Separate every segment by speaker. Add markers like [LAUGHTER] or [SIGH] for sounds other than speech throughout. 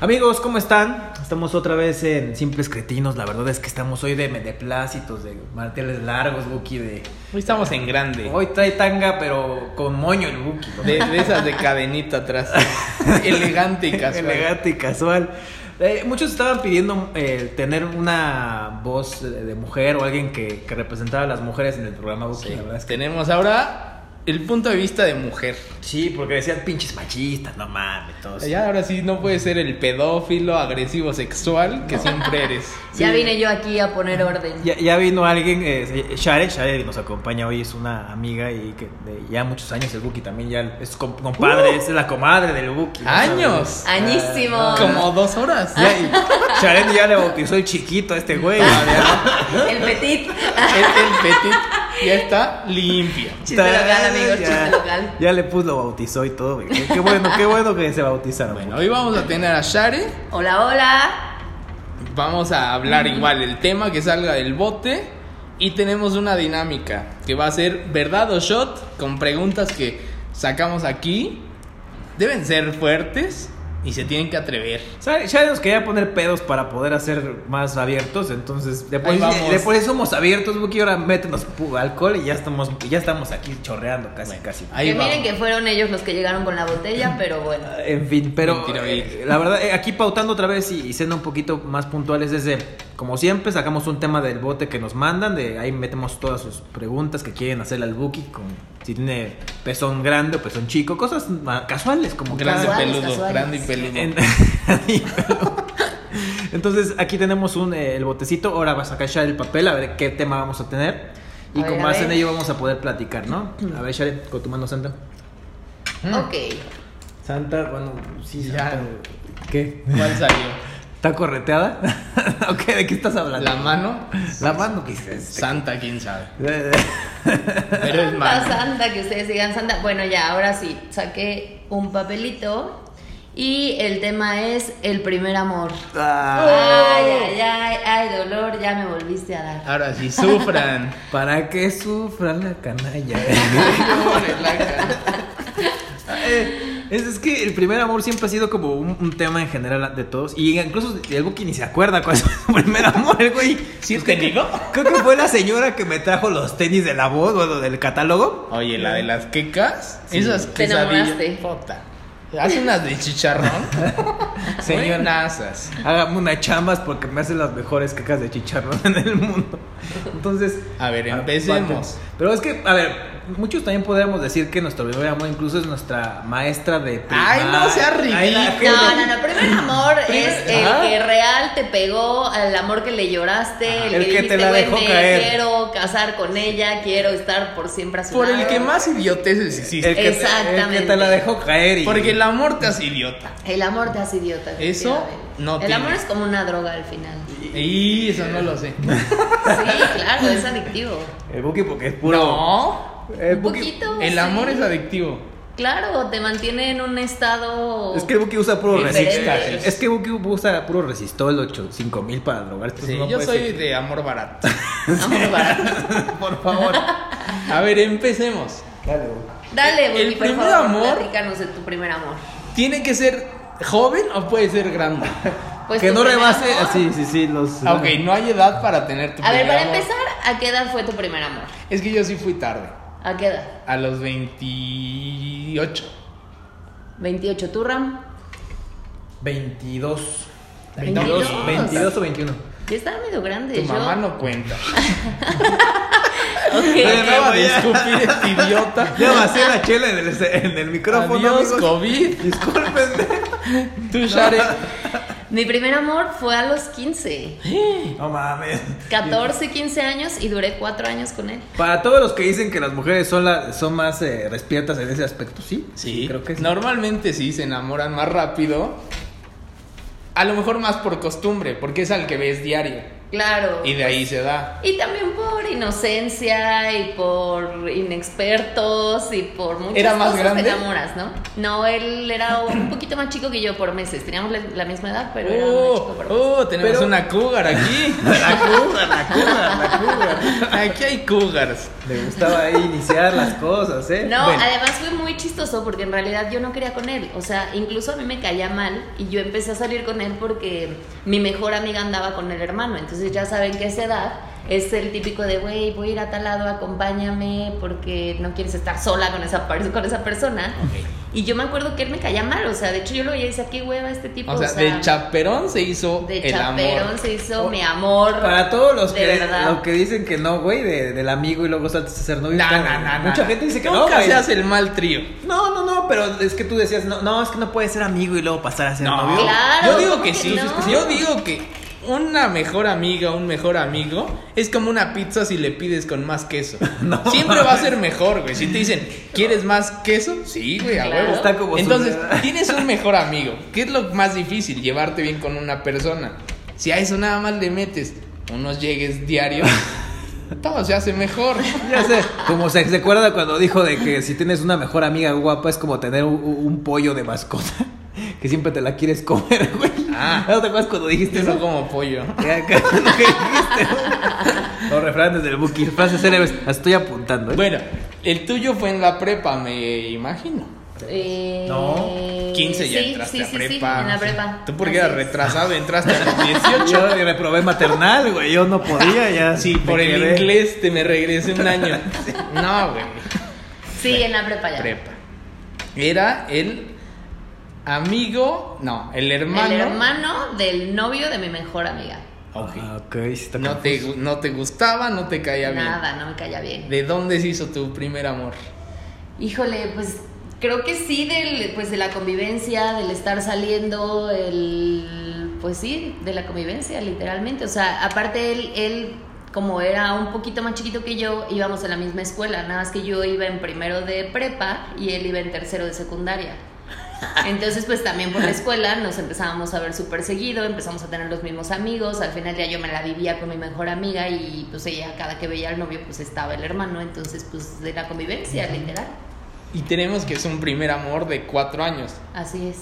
Speaker 1: Amigos, ¿cómo están? Estamos otra vez en Simples Cretinos. La verdad es que estamos hoy de, de plácitos, de marteles largos, Buki. De...
Speaker 2: Hoy estamos en grande.
Speaker 1: Hoy trae tanga, pero con moño el Buki. ¿no?
Speaker 2: De, de esas de
Speaker 1: [LAUGHS]
Speaker 2: cadenita atrás. Elegante y casual.
Speaker 1: Elegante y casual. Eh, muchos estaban pidiendo eh, tener una voz de, de mujer o alguien que, que, representara a las mujeres en el programa Buki.
Speaker 2: Sí,
Speaker 1: la verdad es que-
Speaker 2: Tenemos ahora el punto de vista de mujer.
Speaker 1: Sí, porque decían pinches machistas, no mames, todos.
Speaker 2: Ya ahora sí no puede ser el pedófilo, agresivo, sexual
Speaker 1: [LAUGHS]
Speaker 2: que siempre eres.
Speaker 3: Ya vine yo aquí a poner orden.
Speaker 1: Ya, ya vino alguien, eh, se- Share, Share nos acompaña hoy, es una amiga y que de ya muchos años el Buki también ya es com- compadre, es la comadre del Buki. ¿no?
Speaker 2: ¡Años!
Speaker 3: Añísimo.
Speaker 1: Ah,
Speaker 2: Como dos horas.
Speaker 1: Ya, y Sharet ya le bautizó el chiquito a este güey. [LAUGHS]
Speaker 3: El petit.
Speaker 2: El, el petit este, ya está limpio.
Speaker 3: Chiste local, amigos, chiste local.
Speaker 1: ya le puso, lo bautizó y todo. güey. Qué bueno, qué bueno que se bautizaron.
Speaker 2: Bueno, hoy vamos a tener a Share.
Speaker 3: Hola, hola.
Speaker 2: Vamos a hablar igual el tema que salga del bote y tenemos una dinámica que va a ser verdad o shot con preguntas que sacamos aquí. Deben ser fuertes y se tienen que atrever.
Speaker 1: Share Share nos quería poner pedos para poder hacer más abiertos, entonces
Speaker 2: Ahí
Speaker 1: después,
Speaker 2: vamos.
Speaker 1: después somos abiertos, Buki, ahora métenos pu- alcohol y ya estamos, ya estamos aquí chorreando casi, casi.
Speaker 2: Ahí
Speaker 3: que
Speaker 2: va.
Speaker 3: miren que fueron ellos los que llegaron con la botella, pero bueno.
Speaker 1: En fin, pero
Speaker 2: Mentira,
Speaker 1: eh,
Speaker 2: oye.
Speaker 1: la verdad, eh, aquí pautando otra vez y, y siendo un poquito más puntuales, es de, como siempre, sacamos un tema del bote que nos mandan, de ahí metemos todas sus preguntas que quieren hacerle al Buki, con, si tiene pezón grande o pezón chico, cosas ah, casuales, como
Speaker 2: Grande
Speaker 1: cada-
Speaker 3: Casuales,
Speaker 2: peludo,
Speaker 3: casuales.
Speaker 2: grande y peludo.
Speaker 1: en- [LAUGHS] Entonces, aquí tenemos un, eh, el botecito, ahora vas a cachar el papel, a ver qué tema vamos a tener, y
Speaker 3: A ver,
Speaker 1: con
Speaker 3: a
Speaker 1: base en
Speaker 3: ver.
Speaker 1: ello vamos a poder platicar, ¿no? A ver, Share, con tu mano santa.
Speaker 2: Mm.
Speaker 3: Ok.
Speaker 1: Santa, bueno, sí,
Speaker 2: Ya.
Speaker 1: Santa. ¿Qué?
Speaker 2: ¿Cuál salió?
Speaker 1: ¿Está correteada? [LAUGHS] ¿O qué? ¿De qué estás hablando?
Speaker 2: ¿La mano?
Speaker 1: La mano que dices.
Speaker 2: Santa, quién sabe.
Speaker 1: Eh,
Speaker 2: Pero es
Speaker 3: Santa,
Speaker 2: mano.
Speaker 3: santa, que ustedes digan santa. Bueno, ya, ahora sí. Saqué un papelito y el tema es el primer amor.
Speaker 1: ah,
Speaker 3: Ay, ay, ay, ay, dolor, ya me volviste a dar.
Speaker 2: Ahora sí, sufran.
Speaker 1: [LAUGHS]
Speaker 3: [LAUGHS]
Speaker 1: Para que sufra la canalla. [LAUGHS] Eh, es, es que el primer amor siempre ha sido como un, un tema en general de todos. Y incluso el Buki ni se acuerda cuál es su [LAUGHS] primer amor, el güey.
Speaker 2: ¿Sí te digo?
Speaker 1: Creo que fue la señora que me trajo los tenis de la voz o lo del catálogo.
Speaker 2: Oye, la de las quecas,
Speaker 1: Sí.
Speaker 2: esas
Speaker 3: Te
Speaker 2: quesadillas.
Speaker 3: enamoraste.
Speaker 2: Puta. Haz unas de [LAUGHS] chicharrón.
Speaker 1: Señora.
Speaker 2: Buenasas.
Speaker 1: Hágame una chambas porque me hacen las mejores cacas de chicharrón [LAUGHS] en el mundo. Entonces, ah,
Speaker 2: A ver, empecemos.
Speaker 1: Pero es que, a ver, muchos también podríamos decir que nuestro primer amor incluso es nuestra maestra de
Speaker 2: Ay, no sea
Speaker 1: primaria. Ay, la-
Speaker 2: ridículo.
Speaker 3: No, no, no, primer amor es el
Speaker 1: Ajá.
Speaker 3: que real te pegó, el amor que le lloraste, el,
Speaker 1: El
Speaker 3: que,
Speaker 1: que te
Speaker 3: dijiste,
Speaker 1: la
Speaker 3: "Güey,
Speaker 1: dejó
Speaker 3: me
Speaker 1: caer".
Speaker 3: quiero casar con ella, quiero estar por siempre a su
Speaker 2: Por
Speaker 3: lado.
Speaker 2: el que más idioteces
Speaker 1: El
Speaker 2: hiciste.
Speaker 1: que,
Speaker 3: Exactamente.
Speaker 1: el que te la dejó caer. Y,
Speaker 2: Porque el amor te hace idiota.
Speaker 3: El amor te hace idiota.
Speaker 2: Eso
Speaker 3: efectivamente.
Speaker 2: no
Speaker 3: El
Speaker 2: tiene.
Speaker 3: amor es como una droga al final.
Speaker 2: Y eso no lo sé.
Speaker 3: Sí, claro, es adictivo.
Speaker 1: El Buki porque es puro.
Speaker 2: No.
Speaker 1: El
Speaker 3: Un
Speaker 1: Buki-
Speaker 3: poquito.
Speaker 2: El
Speaker 3: sí.
Speaker 2: amor es adictivo.
Speaker 3: Claro, te mantiene en un estado.
Speaker 1: Es
Speaker 3: [LAUGHS]
Speaker 1: que el Buki usa puro
Speaker 3: Diferente.
Speaker 1: resistol. Es que el Buki usa puro resistol 8, 5000 para drogar. entonces
Speaker 2: Sí,
Speaker 1: no
Speaker 2: yo
Speaker 1: puede
Speaker 2: soy
Speaker 1: ser.
Speaker 2: de amor barato. [LAUGHS]
Speaker 3: Amor barato.
Speaker 2: Por favor. A ver, empecemos.
Speaker 1: Dale, Buki.
Speaker 3: Dale,
Speaker 2: El
Speaker 3: Buki, por
Speaker 2: primer
Speaker 3: favor,
Speaker 2: amor-
Speaker 3: platícanos de tu primer amor.
Speaker 2: ¿Tiene que ser joven o puede ser grande?
Speaker 3: Pues
Speaker 1: que
Speaker 3: tu
Speaker 1: no
Speaker 3: primer
Speaker 1: rebase.
Speaker 3: amor-
Speaker 1: ah, Sí, sí, sí. Los,
Speaker 2: Ah, Ok, [LAUGHS] no hay edad para tener tu
Speaker 3: A ver,
Speaker 2: primer
Speaker 3: para
Speaker 2: amor.
Speaker 3: empezar, ¿a qué edad fue tu primer amor?
Speaker 2: Es que yo sí fui tarde.
Speaker 3: ¿A qué edad?
Speaker 2: A los 28.
Speaker 3: 28, ¿tú, Ram?
Speaker 1: 22.
Speaker 3: 22.
Speaker 1: 22, 22 o 21.
Speaker 3: Ya estaba medio grande.
Speaker 2: Tu
Speaker 3: yo...
Speaker 2: mamá no
Speaker 1: [LAUGHS]
Speaker 2: cuenta.
Speaker 3: [LAUGHS] Ok.
Speaker 2: Me
Speaker 1: Pero
Speaker 2: acaba de
Speaker 1: ya.
Speaker 2: escupir este idiota.
Speaker 1: [LAUGHS] [LAUGHS] Ya vacié la chela en el, en el micrófono.
Speaker 2: Adiós,
Speaker 1: amigos. [LAUGHS]
Speaker 2: COVID.
Speaker 1: Discúlpenme.
Speaker 2: Tú, Share.
Speaker 3: Mi primer amor fue a los 15.
Speaker 1: No mames.
Speaker 3: 14, 15 años y duré 4 años con él.
Speaker 1: Para todos los que dicen que las mujeres son, la- son más eh, despiertas en ese aspecto, sí.
Speaker 2: Sí,
Speaker 1: creo que sí.
Speaker 2: Normalmente sí se enamoran más rápido. A lo mejor más por costumbre, porque es al que ves diario.
Speaker 3: Claro.
Speaker 2: Y de ahí se da.
Speaker 3: Y también por inocencia y por inexpertos y por muchas
Speaker 2: ¿Era más
Speaker 3: cosas
Speaker 2: grande?
Speaker 3: te enamoras, ¿no? No, él era un poquito más chico que yo por meses. Teníamos la, la misma edad, pero era más chico por meses.
Speaker 2: Oh, oh, tenemos
Speaker 1: Pero-
Speaker 2: una cougar aquí.
Speaker 1: [LAUGHS] La cougar, la cougar, la cougar.
Speaker 2: Aquí hay cougars.
Speaker 1: Le gustaba ahí iniciar las cosas, ¿eh?
Speaker 3: No,
Speaker 1: Bueno,
Speaker 3: además fue muy chistoso porque en realidad yo no quería con él. O sea, incluso a mí me caía mal y yo empecé a salir con él porque mi mejor amiga andaba con el hermano. Entonces ya saben que esa edad es el típico de, güey, voy a ir a tal lado, acompáñame porque no quieres estar sola con esa, per- con esa persona. Y yo me acuerdo que él me caía mal. O sea, de hecho yo lo veía y decía, qué hueva este tipo.
Speaker 2: O sea, de chaperón se hizo
Speaker 3: de
Speaker 2: el
Speaker 3: chaperón
Speaker 2: amor. Oh,
Speaker 3: se hizo mi amor.
Speaker 1: Para todos los que,
Speaker 3: De verdad.
Speaker 1: los que dicen que no, güey, de- del amigo y luego saltas a ser novio.
Speaker 2: No,
Speaker 1: está-
Speaker 2: no, no, no.
Speaker 1: Mucha gente dice que no,
Speaker 2: Nunca
Speaker 1: güey.
Speaker 2: se hace el mal trío.
Speaker 1: No, no, no, pero es que tú decías, no, no, es que no puedes ser amigo y luego pasar a ser novio.
Speaker 3: Claro,
Speaker 2: yo digo
Speaker 3: ¿cómo
Speaker 2: que
Speaker 3: que
Speaker 2: sí.
Speaker 3: no?
Speaker 2: Yo digo que una mejor amiga, un mejor amigo, es como una pizza si le pides con más queso.
Speaker 1: [LAUGHS] No.
Speaker 2: Siempre va a ser mejor, güey. Si te dicen, ¿quieres más queso? Sí, güey, a
Speaker 3: Claro.
Speaker 2: huevo.
Speaker 1: Está como su-
Speaker 2: Entonces,
Speaker 1: [LAUGHS]
Speaker 2: tienes un mejor amigo. ¿Qué es lo más difícil? Llevarte bien con una persona. Si a eso nada más le metes unos
Speaker 1: [LAUGHS]
Speaker 2: llegues diarios, todo se hace mejor.
Speaker 1: Ya sé, como se se acuerda cuando dijo de que si tienes una mejor amiga guapa es como tener un, un pollo de mascota [LAUGHS] que siempre te la quieres comer, güey.
Speaker 2: Ah.
Speaker 1: ¿No te acuerdas cuando dijiste
Speaker 2: Yo no
Speaker 1: eso?
Speaker 2: como pollo.
Speaker 1: Ya, [LAUGHS] ¿qué- qué dijiste? Los refranes del Buki, frases célebres, las estoy apuntando, ¿eh?
Speaker 2: Bueno, el tuyo fue en la prepa, me imagino.
Speaker 3: Eh,
Speaker 1: No,
Speaker 2: 15 ya
Speaker 3: sí,
Speaker 2: entraste
Speaker 3: sí,
Speaker 2: a
Speaker 3: sí,
Speaker 2: prepa.
Speaker 3: sí, en la prepa.
Speaker 2: Tú porque eras
Speaker 3: Así es.
Speaker 2: retrasado entraste a
Speaker 3: [LAUGHS]
Speaker 2: los 18.
Speaker 1: Yo reprobé maternal, güey, yo no podía ya.
Speaker 2: Sí,
Speaker 1: me
Speaker 2: por el
Speaker 1: quedé.
Speaker 2: inglés te me regresé
Speaker 1: [LAUGHS]
Speaker 2: un año. No, güey.
Speaker 3: Sí, en la prepa ya.
Speaker 2: Prepa. Era el amigo, no, el hermano.
Speaker 3: El hermano del novio de mi mejor amiga.
Speaker 2: Ok.
Speaker 1: Ah, ok, sí está
Speaker 2: No te, gu- no te gustaba, no te caía
Speaker 3: Nada, no me caía
Speaker 2: bien.
Speaker 3: bien.
Speaker 2: ¿De dónde se hizo tu primer amor?
Speaker 3: Híjole, pues creo que sí del, pues de la convivencia, del estar saliendo, el, pues sí, de la convivencia, literalmente. O sea, aparte él, él como era un poquito más chiquito que yo, íbamos a la misma escuela, nada más que yo iba en primero de prepa y él iba en tercero de secundaria. Entonces, pues también por la escuela nos empezábamos a ver súper seguido, empezamos a tener los mismos amigos. Al final ya yo me la vivía con mi mejor amiga y pues ella, cada que veía al novio, pues estaba el hermano. Entonces, pues de la convivencia, literal.
Speaker 2: Y tenemos que es un primer amor de cuatro años.
Speaker 3: Así es,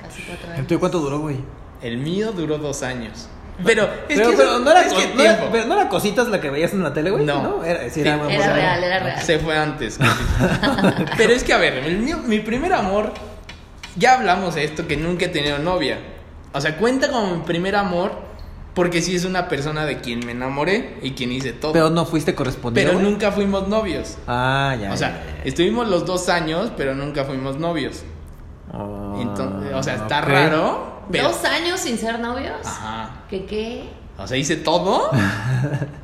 Speaker 3: casi cuatro años.
Speaker 1: ¿El tuyo cuánto duró, güey?
Speaker 2: El mío duró dos años. Pero, es
Speaker 1: pero,
Speaker 2: que
Speaker 1: pero
Speaker 2: eso-
Speaker 1: no era,
Speaker 2: es que
Speaker 1: co- no era-
Speaker 2: tiempo.
Speaker 1: pero no era cositas la que veías en la tele, güey.
Speaker 2: No.
Speaker 1: Era, sí,
Speaker 2: Sí.
Speaker 1: era,
Speaker 2: Era
Speaker 1: o sea,
Speaker 3: Era real, era real.
Speaker 2: Se fue antes.
Speaker 1: [LAUGHS]
Speaker 2: Pero es que, a ver, el mío- mi primer amor, ya hablamos de esto, que nunca he tenido novia. O sea, cuenta como mi primer amor, porque sí es una persona de quien me enamoré y quien hice todo.
Speaker 1: Pero
Speaker 2: Pero,
Speaker 1: no fuiste correspondido. güey.
Speaker 2: nunca fuimos novios.
Speaker 1: Ah, ya.
Speaker 2: O sea,
Speaker 1: ya, ya.
Speaker 2: estuvimos los dos años, pero nunca fuimos novios.
Speaker 1: Oh,
Speaker 2: Entonces, o sea, está
Speaker 1: ok.
Speaker 2: raro. Pero,
Speaker 3: ¿Dos años sin ser novios?
Speaker 2: Ajá.
Speaker 3: ¿Qué qué?
Speaker 2: O sea, hice todo.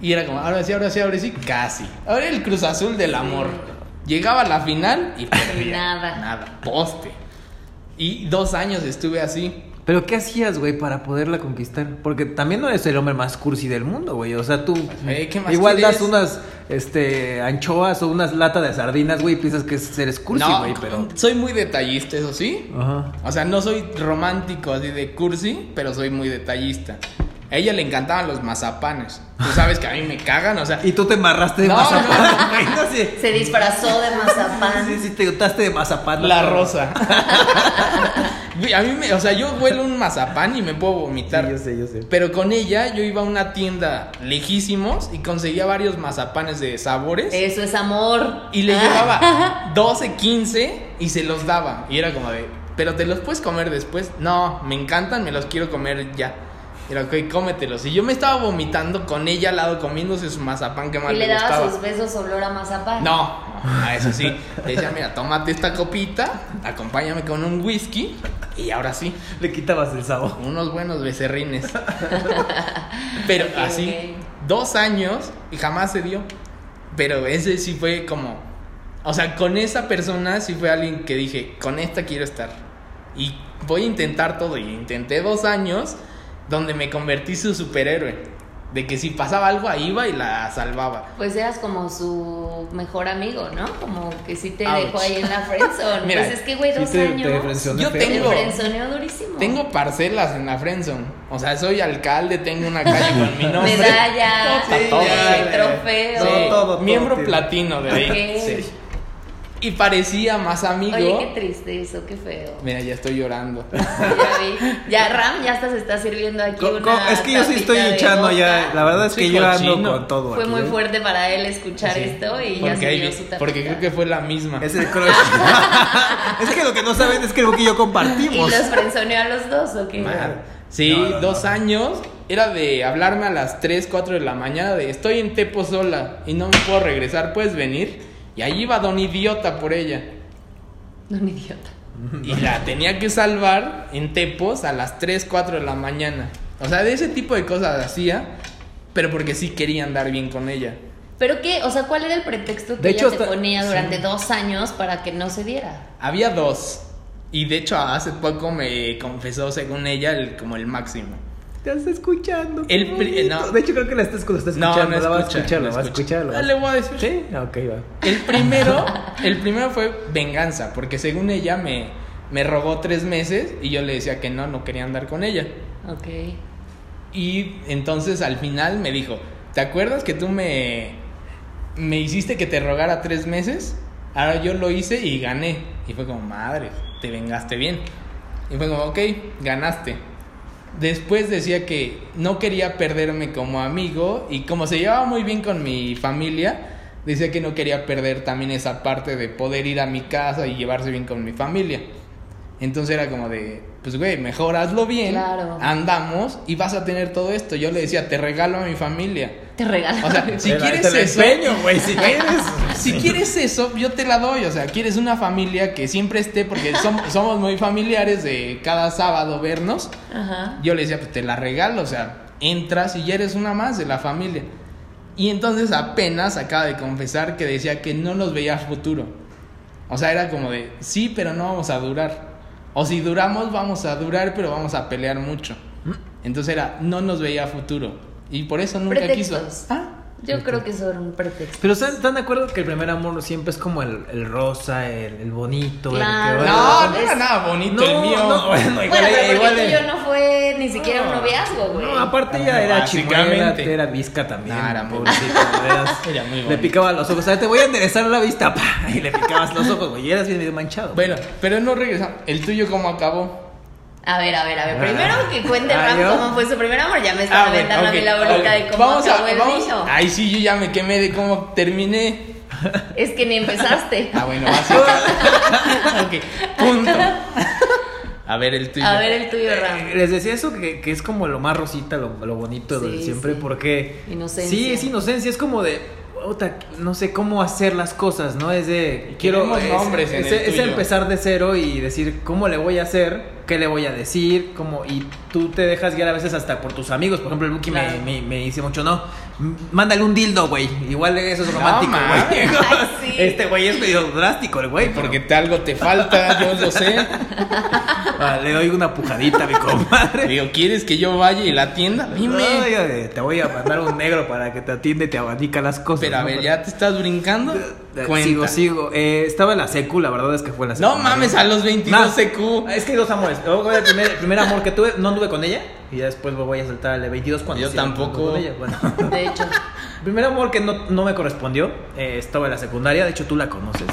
Speaker 2: Y era como, ahora sí, ahora sí, ahora sí, casi. Ahora el Cruz Azul del amor. Llegaba a la final y perdía.
Speaker 3: Nada.
Speaker 2: Nada, poste. Y dos años estuve así.
Speaker 1: Pero ¿qué hacías, güey, para poderla conquistar? Porque también no eres el hombre más cursi del mundo, güey. O sea, tú
Speaker 2: güey, ¿qué más
Speaker 1: igual
Speaker 2: quieres?
Speaker 1: das unas este anchoas o unas latas de sardinas, güey, y piensas que es- eres cursi,
Speaker 2: No,
Speaker 1: güey, [LAUGHS] pero
Speaker 2: soy muy detallista, eso sí.
Speaker 1: Ajá.
Speaker 2: O sea, no soy romántico así de cursi, pero soy muy detallista. A ella le encantaban los mazapanes. Tú sabes que a mí me cagan, o sea,
Speaker 1: Y tú te embarraste de
Speaker 2: No,
Speaker 1: mazapán, güey. No, sí.
Speaker 3: Se disfrazó de
Speaker 1: [LAUGHS]
Speaker 3: mazapán.
Speaker 1: Sí, sí, te untaste de mazapán.
Speaker 2: La
Speaker 1: ¿no?
Speaker 2: rosa. [LAUGHS] Güey, A mí me, o sea, yo huelo un mazapán y me puedo vomitar.
Speaker 1: Sí, yo sé, yo sé.
Speaker 2: Pero con ella yo iba a una tienda lejísimos y conseguía varios mazapanes de sabores
Speaker 3: Eso es amor.
Speaker 2: y le
Speaker 3: Eh. Ah. [LAUGHS]
Speaker 2: llevaba 12, 15 y se los daba. Y era como de, pero te los puedes comer después. No, me encantan, me los quiero comer ya. Era, ok, cómetelos. Y yo me estaba vomitando con ella al lado comiéndose su mazapán que más
Speaker 3: Y
Speaker 2: le,
Speaker 3: le daba
Speaker 2: gustaba.
Speaker 3: sus besos olor a mazapán.
Speaker 2: No, a eso sí. Le decía, mira, tómate esta copita, acompáñame con un whisky y ahora sí,
Speaker 1: Le quitabas el sabor.
Speaker 2: unos buenos
Speaker 3: [LAUGHS]
Speaker 2: becerrines. Pero
Speaker 3: Ok,
Speaker 2: así,
Speaker 3: ok.
Speaker 2: dos años y jamás se dio. Pero ese sí fue como, o sea, con esa persona sí fue alguien que dije, con esta quiero estar. Y voy a intentar todo. Y intenté dos años donde me convertí su superhéroe. De que si pasaba algo, ahí iba y la salvaba.
Speaker 3: Pues eras como su mejor amigo, ¿no? Como que sí te
Speaker 2: Ouch.
Speaker 3: dejó ahí en
Speaker 1: [LAUGHS]
Speaker 3: la friendzone.
Speaker 2: Mira,
Speaker 3: pues es que, güey,
Speaker 1: sí
Speaker 3: dos
Speaker 1: te- te
Speaker 3: años.
Speaker 1: friendzoneó
Speaker 2: Yo
Speaker 1: feo.
Speaker 3: te
Speaker 2: Tengo-
Speaker 3: frenzoneó durísimo.
Speaker 2: Tengo parcelas en la friendzone. O sea, soy alcalde, tengo una calle
Speaker 3: [LAUGHS]
Speaker 2: con mi nombre.
Speaker 3: Medalla,
Speaker 2: Sí, ya,
Speaker 3: eh, trofeo.
Speaker 2: Sí,
Speaker 1: Todo, todo,
Speaker 2: miembro
Speaker 1: todo, tío.
Speaker 2: platino de ahí.
Speaker 3: Ok.
Speaker 2: Sí. Y parecía más amigo.
Speaker 3: Oye, qué triste eso, qué feo.
Speaker 2: Mira, ya estoy llorando.
Speaker 3: Ya vi. Ya Ram ya hasta se está sirviendo aquí
Speaker 1: Co- co-
Speaker 3: una
Speaker 1: es que yo sí estoy
Speaker 3: tapita de
Speaker 1: hinchando ya.
Speaker 3: vodka.
Speaker 1: La verdad es
Speaker 2: Soy
Speaker 1: que yo
Speaker 2: cochino.
Speaker 1: ando con todo.
Speaker 3: Fue
Speaker 1: aquí,
Speaker 3: muy
Speaker 1: ¿eh?
Speaker 3: fuerte para él escuchar esto y ya
Speaker 2: porque,
Speaker 3: se
Speaker 2: ahí
Speaker 3: dio
Speaker 2: vi-
Speaker 3: su tapita.
Speaker 2: porque creo que fue la misma.
Speaker 1: Es el crush. [LAUGHS] es que lo que no saben es que lo que yo
Speaker 3: ¿Y
Speaker 1: compartimos.
Speaker 3: los frenzoneó a los dos o qué?
Speaker 2: Mal. Sí,
Speaker 1: No, no,
Speaker 2: dos
Speaker 1: no.
Speaker 2: años. Era de hablarme a las 3, 4 de la mañana de estoy en Tepo sola y no me puedo regresar, puedes venir. Y ahí iba don idiota
Speaker 1: [LAUGHS]
Speaker 2: por ella.
Speaker 3: No, [LAUGHS] un idiota.
Speaker 2: Y la tenía que salvar en Tepos a las 3, 4 de la mañana. O sea, de ese tipo de cosas hacía, pero porque sí quería andar bien con ella.
Speaker 3: ¿Pero qué? O sea, ¿cuál era el pretexto que
Speaker 1: De
Speaker 3: ella
Speaker 1: hecho,
Speaker 3: te
Speaker 1: hasta-
Speaker 3: ponía durante
Speaker 1: sí.
Speaker 3: dos años para que no se diera?
Speaker 2: Había dos. Y de hecho hace poco me confesó, según ella, el- como el máximo.
Speaker 1: Te está escuchando. qué
Speaker 2: El pri-
Speaker 1: bonito.
Speaker 2: no.
Speaker 1: De hecho, creo que la estás, lo estás
Speaker 2: No,
Speaker 1: escuchando.
Speaker 2: no
Speaker 1: la vas
Speaker 2: escucha,
Speaker 1: a escuchar, la
Speaker 2: no
Speaker 1: vas a
Speaker 2: escucha.
Speaker 1: escuchar. la
Speaker 2: Ah,
Speaker 1: vas-
Speaker 2: le voy a decir.
Speaker 1: Sí, Ah, ok, va.
Speaker 2: El
Speaker 1: [LAUGHS]
Speaker 2: primero, el primero fue venganza, porque según ella me, me rogó tres meses y yo le decía que no, no quería andar con ella.
Speaker 3: Ok.
Speaker 2: Y entonces al final me dijo, ¿te acuerdas que tú me, me hiciste que te rogara tres meses? Ahora yo lo hice y gané. Y fue como, madre, te vengaste bien. Y fue como, ok, ganaste. Después decía que no quería perderme como amigo y como se llevaba muy bien con mi familia, decía que no quería perder también esa parte de poder ir a mi casa y llevarse bien con mi familia. Entonces era como de, pues güey, mejor hazlo bien,
Speaker 3: Claro.
Speaker 2: andamos y vas a tener todo esto. Yo le decía, te regalo a mi familia.
Speaker 3: Te regaló.
Speaker 1: [LAUGHS]
Speaker 2: O sea, si
Speaker 1: Te la-
Speaker 2: quieres
Speaker 1: te la
Speaker 2: eso,
Speaker 1: empeño, güey,
Speaker 2: [LAUGHS]
Speaker 1: si quieres.
Speaker 2: si quieres eso, yo te la doy. O sea, quieres una familia que siempre esté, porque som- somos muy familiares de cada sábado vernos.
Speaker 3: [LAUGHS] Ajá.
Speaker 2: Yo le decía, pues te la regalo, o sea, entras y ya eres una más de la familia. Y entonces apenas acaba de confesar que decía que no nos veía futuro. O sea, era como de, sí, pero no vamos a durar. O si duramos, vamos a durar, pero vamos a pelear mucho. Entonces era, no nos veía futuro. Y por eso nunca
Speaker 3: Pretextos.
Speaker 2: quiso. Ah,
Speaker 3: Yo creo que eso era un pretexto.
Speaker 1: Pero ¿están, están de acuerdo que el primer amor siempre es como el, el rosa, el, el bonito?
Speaker 3: Claro.
Speaker 1: El que
Speaker 2: no,
Speaker 1: va-
Speaker 2: pues, no era nada bonito el
Speaker 1: No,
Speaker 2: mío.
Speaker 1: no, bueno,
Speaker 3: bueno,
Speaker 1: igual-
Speaker 3: pero
Speaker 1: igual
Speaker 3: porque el
Speaker 1: de-
Speaker 3: tuyo no fue ni siquiera un noviazgo, güey.
Speaker 1: No, aparte ella era chimuela,
Speaker 2: Básicamente.
Speaker 1: era visca también.
Speaker 2: Ah, era muy
Speaker 1: pobrecita, de veras.
Speaker 2: Era muy
Speaker 1: Le
Speaker 2: bonita.
Speaker 1: picaba los ojos. O sea, te voy a enderezar la vista, [LAUGHS] pa. Y le picabas los ojos, güey. Y eras bien medio manchado.
Speaker 2: Bueno, pero no regresamos. ¿El tuyo cómo acabó?
Speaker 3: A ver, a ver, a ver.
Speaker 1: Ah.
Speaker 3: Primero que cuente
Speaker 1: Ah,
Speaker 3: Ram
Speaker 1: ¿yo?
Speaker 3: cómo fue su primer amor. Ya me
Speaker 2: Ah,
Speaker 3: estaba
Speaker 2: bueno,
Speaker 3: aventando
Speaker 2: ok,
Speaker 3: a mí la bolita
Speaker 2: ok.
Speaker 3: de cómo
Speaker 2: Vamos a-
Speaker 3: acabó el
Speaker 2: vamos-
Speaker 3: mío.
Speaker 2: Ay, sí, yo ya me quemé de cómo terminé.
Speaker 3: Es que
Speaker 2: [LAUGHS]
Speaker 3: ni empezaste.
Speaker 2: Ah, bueno, así.
Speaker 3: [LAUGHS]
Speaker 2: ok, punto. A ver el tuyo.
Speaker 3: A ver el tuyo,
Speaker 2: [LAUGHS]
Speaker 3: Ram.
Speaker 1: Eh, Les decía eso que, que es como lo más rosita, lo, lo bonito de
Speaker 3: Sí,
Speaker 1: siempre,
Speaker 3: sí.
Speaker 1: porque.
Speaker 3: Inocencia.
Speaker 1: Sí, es inocencia, es como de. puta, no sé cómo hacer las cosas, ¿no? Es de. Quiero.
Speaker 2: Tenemos
Speaker 1: Es,
Speaker 2: nombres en
Speaker 1: es-
Speaker 2: el
Speaker 1: es
Speaker 2: tuyo.
Speaker 1: empezar de cero y decir cómo le voy a hacer, qué le voy a decir, cómo. Y tú te dejas guiar a veces hasta por tus amigos. Por ejemplo, el Buki me-
Speaker 3: Claro.
Speaker 1: me, me, dice mucho, no. m- Mándale un dildo, güey. Igual eso es
Speaker 2: No
Speaker 1: romántico, güey. [LAUGHS]
Speaker 2: mames.
Speaker 3: Ay, sí.
Speaker 1: Este güey es medio drástico, el güey.
Speaker 2: Porque te- algo te falta, yo lo sé.
Speaker 1: pero, ah, le doy una pujadita a mi [LAUGHS] compadre.
Speaker 2: Digo, ¿quieres que yo vaya y la atienda? Dime.
Speaker 1: Ay, ay, eh, te voy a mandar un negro para que te atiende y te abanica las cosas.
Speaker 2: Pero a
Speaker 1: ¿no?
Speaker 2: ver, ¿ya te estás brincando?
Speaker 1: Eh,
Speaker 2: Cuenta.
Speaker 1: Sigo, sigo. Eh, estaba en la secu, la verdad es que fue en la secu.
Speaker 2: No mames, a los 22
Speaker 1: Más.
Speaker 2: CQ.
Speaker 1: Es que hay dos amores. Luego, El primer, el primer amor que tuve, no anduve con ella. Y ya después me voy a saltar al de 22 cuando
Speaker 2: Yo
Speaker 1: sí anduve
Speaker 2: tampoco.
Speaker 1: con ella. Bueno, [LAUGHS]
Speaker 3: De hecho.
Speaker 1: primer amor que no, no me correspondió. eh, estaba en la secundaria. De hecho, tú la conoces.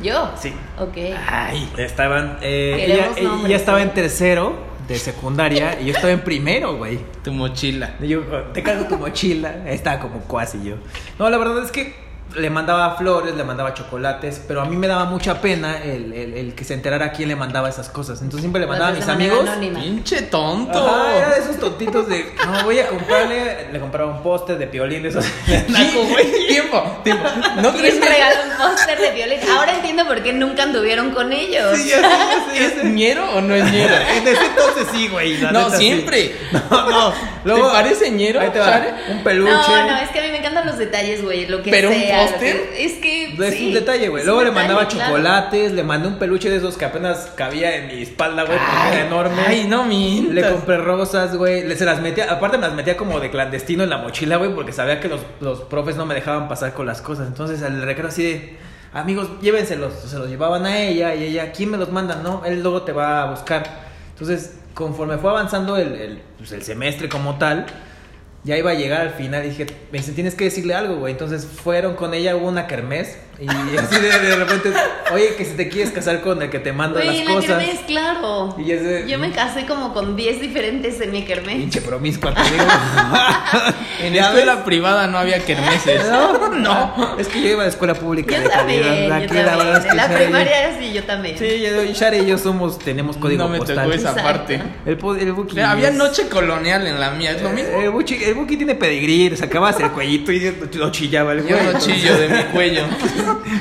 Speaker 3: ¿Yo?
Speaker 1: Sí.
Speaker 3: Ok.
Speaker 1: Ay, estaban. eh, ella,
Speaker 3: Eh. Queremos nombres,
Speaker 1: ella estaba
Speaker 3: ¿eh?
Speaker 1: en tercero de secundaria. y yo estaba en primero, güey.
Speaker 2: Tu mochila.
Speaker 1: Y Yo, te cargo tu mochila. Estaba como cuasi yo. No, la verdad es que le mandaba flores, le mandaba chocolates, pero a mí me daba mucha pena el, el- el que se enterara a quién le mandaba esas cosas. Entonces siempre le
Speaker 3: Pues,
Speaker 1: mandaba
Speaker 3: de
Speaker 1: a mis
Speaker 3: manera
Speaker 1: amigos.
Speaker 3: anónima.
Speaker 2: Pinche tonto.
Speaker 1: Ajá, era de esos tontitos de, no, voy a comprarle, le compraba un póster de piolín de esos. [LAUGHS] de naco, güey. [LAUGHS]
Speaker 2: Tiempo, tiempo. ¿No crees
Speaker 3: ¿Quién
Speaker 2: que
Speaker 3: regaló un póster de Violeta? Ahora entiendo por qué nunca anduvieron con ellos.
Speaker 1: Sí, ya sé, ya sé, ya
Speaker 2: es
Speaker 1: sé.
Speaker 2: ñero o no es ñero?
Speaker 1: En ese entonces sí, güey. la
Speaker 2: No,
Speaker 1: neta, sí.
Speaker 2: siempre.
Speaker 1: [LAUGHS] No, no.
Speaker 2: ¿Te parece ñero,
Speaker 1: Ahí te va.
Speaker 2: Chare?
Speaker 1: Un peluche.
Speaker 3: No, no, es que a mí me encantan los detalles, güey, lo que
Speaker 2: Pero un
Speaker 3: sea. sea,
Speaker 2: póster.
Speaker 3: lo que- Es que.
Speaker 1: Es
Speaker 3: sí,
Speaker 1: un detalle, güey.
Speaker 3: es
Speaker 1: Luego
Speaker 3: un
Speaker 1: le
Speaker 3: detalle,
Speaker 1: mandaba
Speaker 3: claro.
Speaker 1: chocolates, le mandé un peluche de esos que apenas cabía en mi espalda, güey, porque era enorme.
Speaker 2: Ay, no mientas.
Speaker 1: Le compré rosas, güey. Le- Se las metía, aparte me las metía como de clandestino en la mochila, güey, porque sabía que los, los profes no me dejaban pasar con las cosas. Entonces al recreo así de, amigos, llévenselos. Se los llevaban a ella y ella, ¿quién me los manda? No, él luego te va a buscar. Entonces, conforme fue avanzando el, el, pues, el semestre como tal, ya iba a llegar al final y dije, me dice, tienes que decirle algo, güey. Entonces fueron con ella, hubo una kermés y [LAUGHS] así de, de repente, oye, que si te quieres casar con el que te manda
Speaker 3: Güey,
Speaker 1: las
Speaker 3: en la
Speaker 1: cosas.
Speaker 3: kermés, claro.
Speaker 1: Y es de-
Speaker 3: Yo me casé como con 10 diferentes en mi kermés.
Speaker 1: Pinche promiscua, te digo.
Speaker 2: En
Speaker 1: Ya
Speaker 2: la
Speaker 1: ves.
Speaker 2: escuela privada no había kermeses.
Speaker 1: [LAUGHS] No,
Speaker 2: [LAUGHS]
Speaker 1: no. Es que yo iba a la escuela pública
Speaker 3: Yo
Speaker 1: de
Speaker 3: también,
Speaker 1: calidad.
Speaker 3: yo
Speaker 1: Aquí
Speaker 3: también.
Speaker 1: la verdad es que
Speaker 3: en la
Speaker 1: Shara y yo-
Speaker 3: primaria sí, yo también.
Speaker 1: Sí, yo- y Shara y yo somos, tenemos código
Speaker 2: no me
Speaker 1: postal.
Speaker 2: tocó esa
Speaker 3: Exacto.
Speaker 2: parte.
Speaker 1: El, po- el Buki.
Speaker 2: Mira, había
Speaker 1: es- Eh,
Speaker 2: noche colonial en la mía, es lo mismo.
Speaker 1: El Buki, el Buki tiene pedigrí, sacabas el cuellito y lo chillaba el
Speaker 2: Yo
Speaker 1: güey.
Speaker 2: no chillo de mi
Speaker 1: [LAUGHS]
Speaker 2: cuello.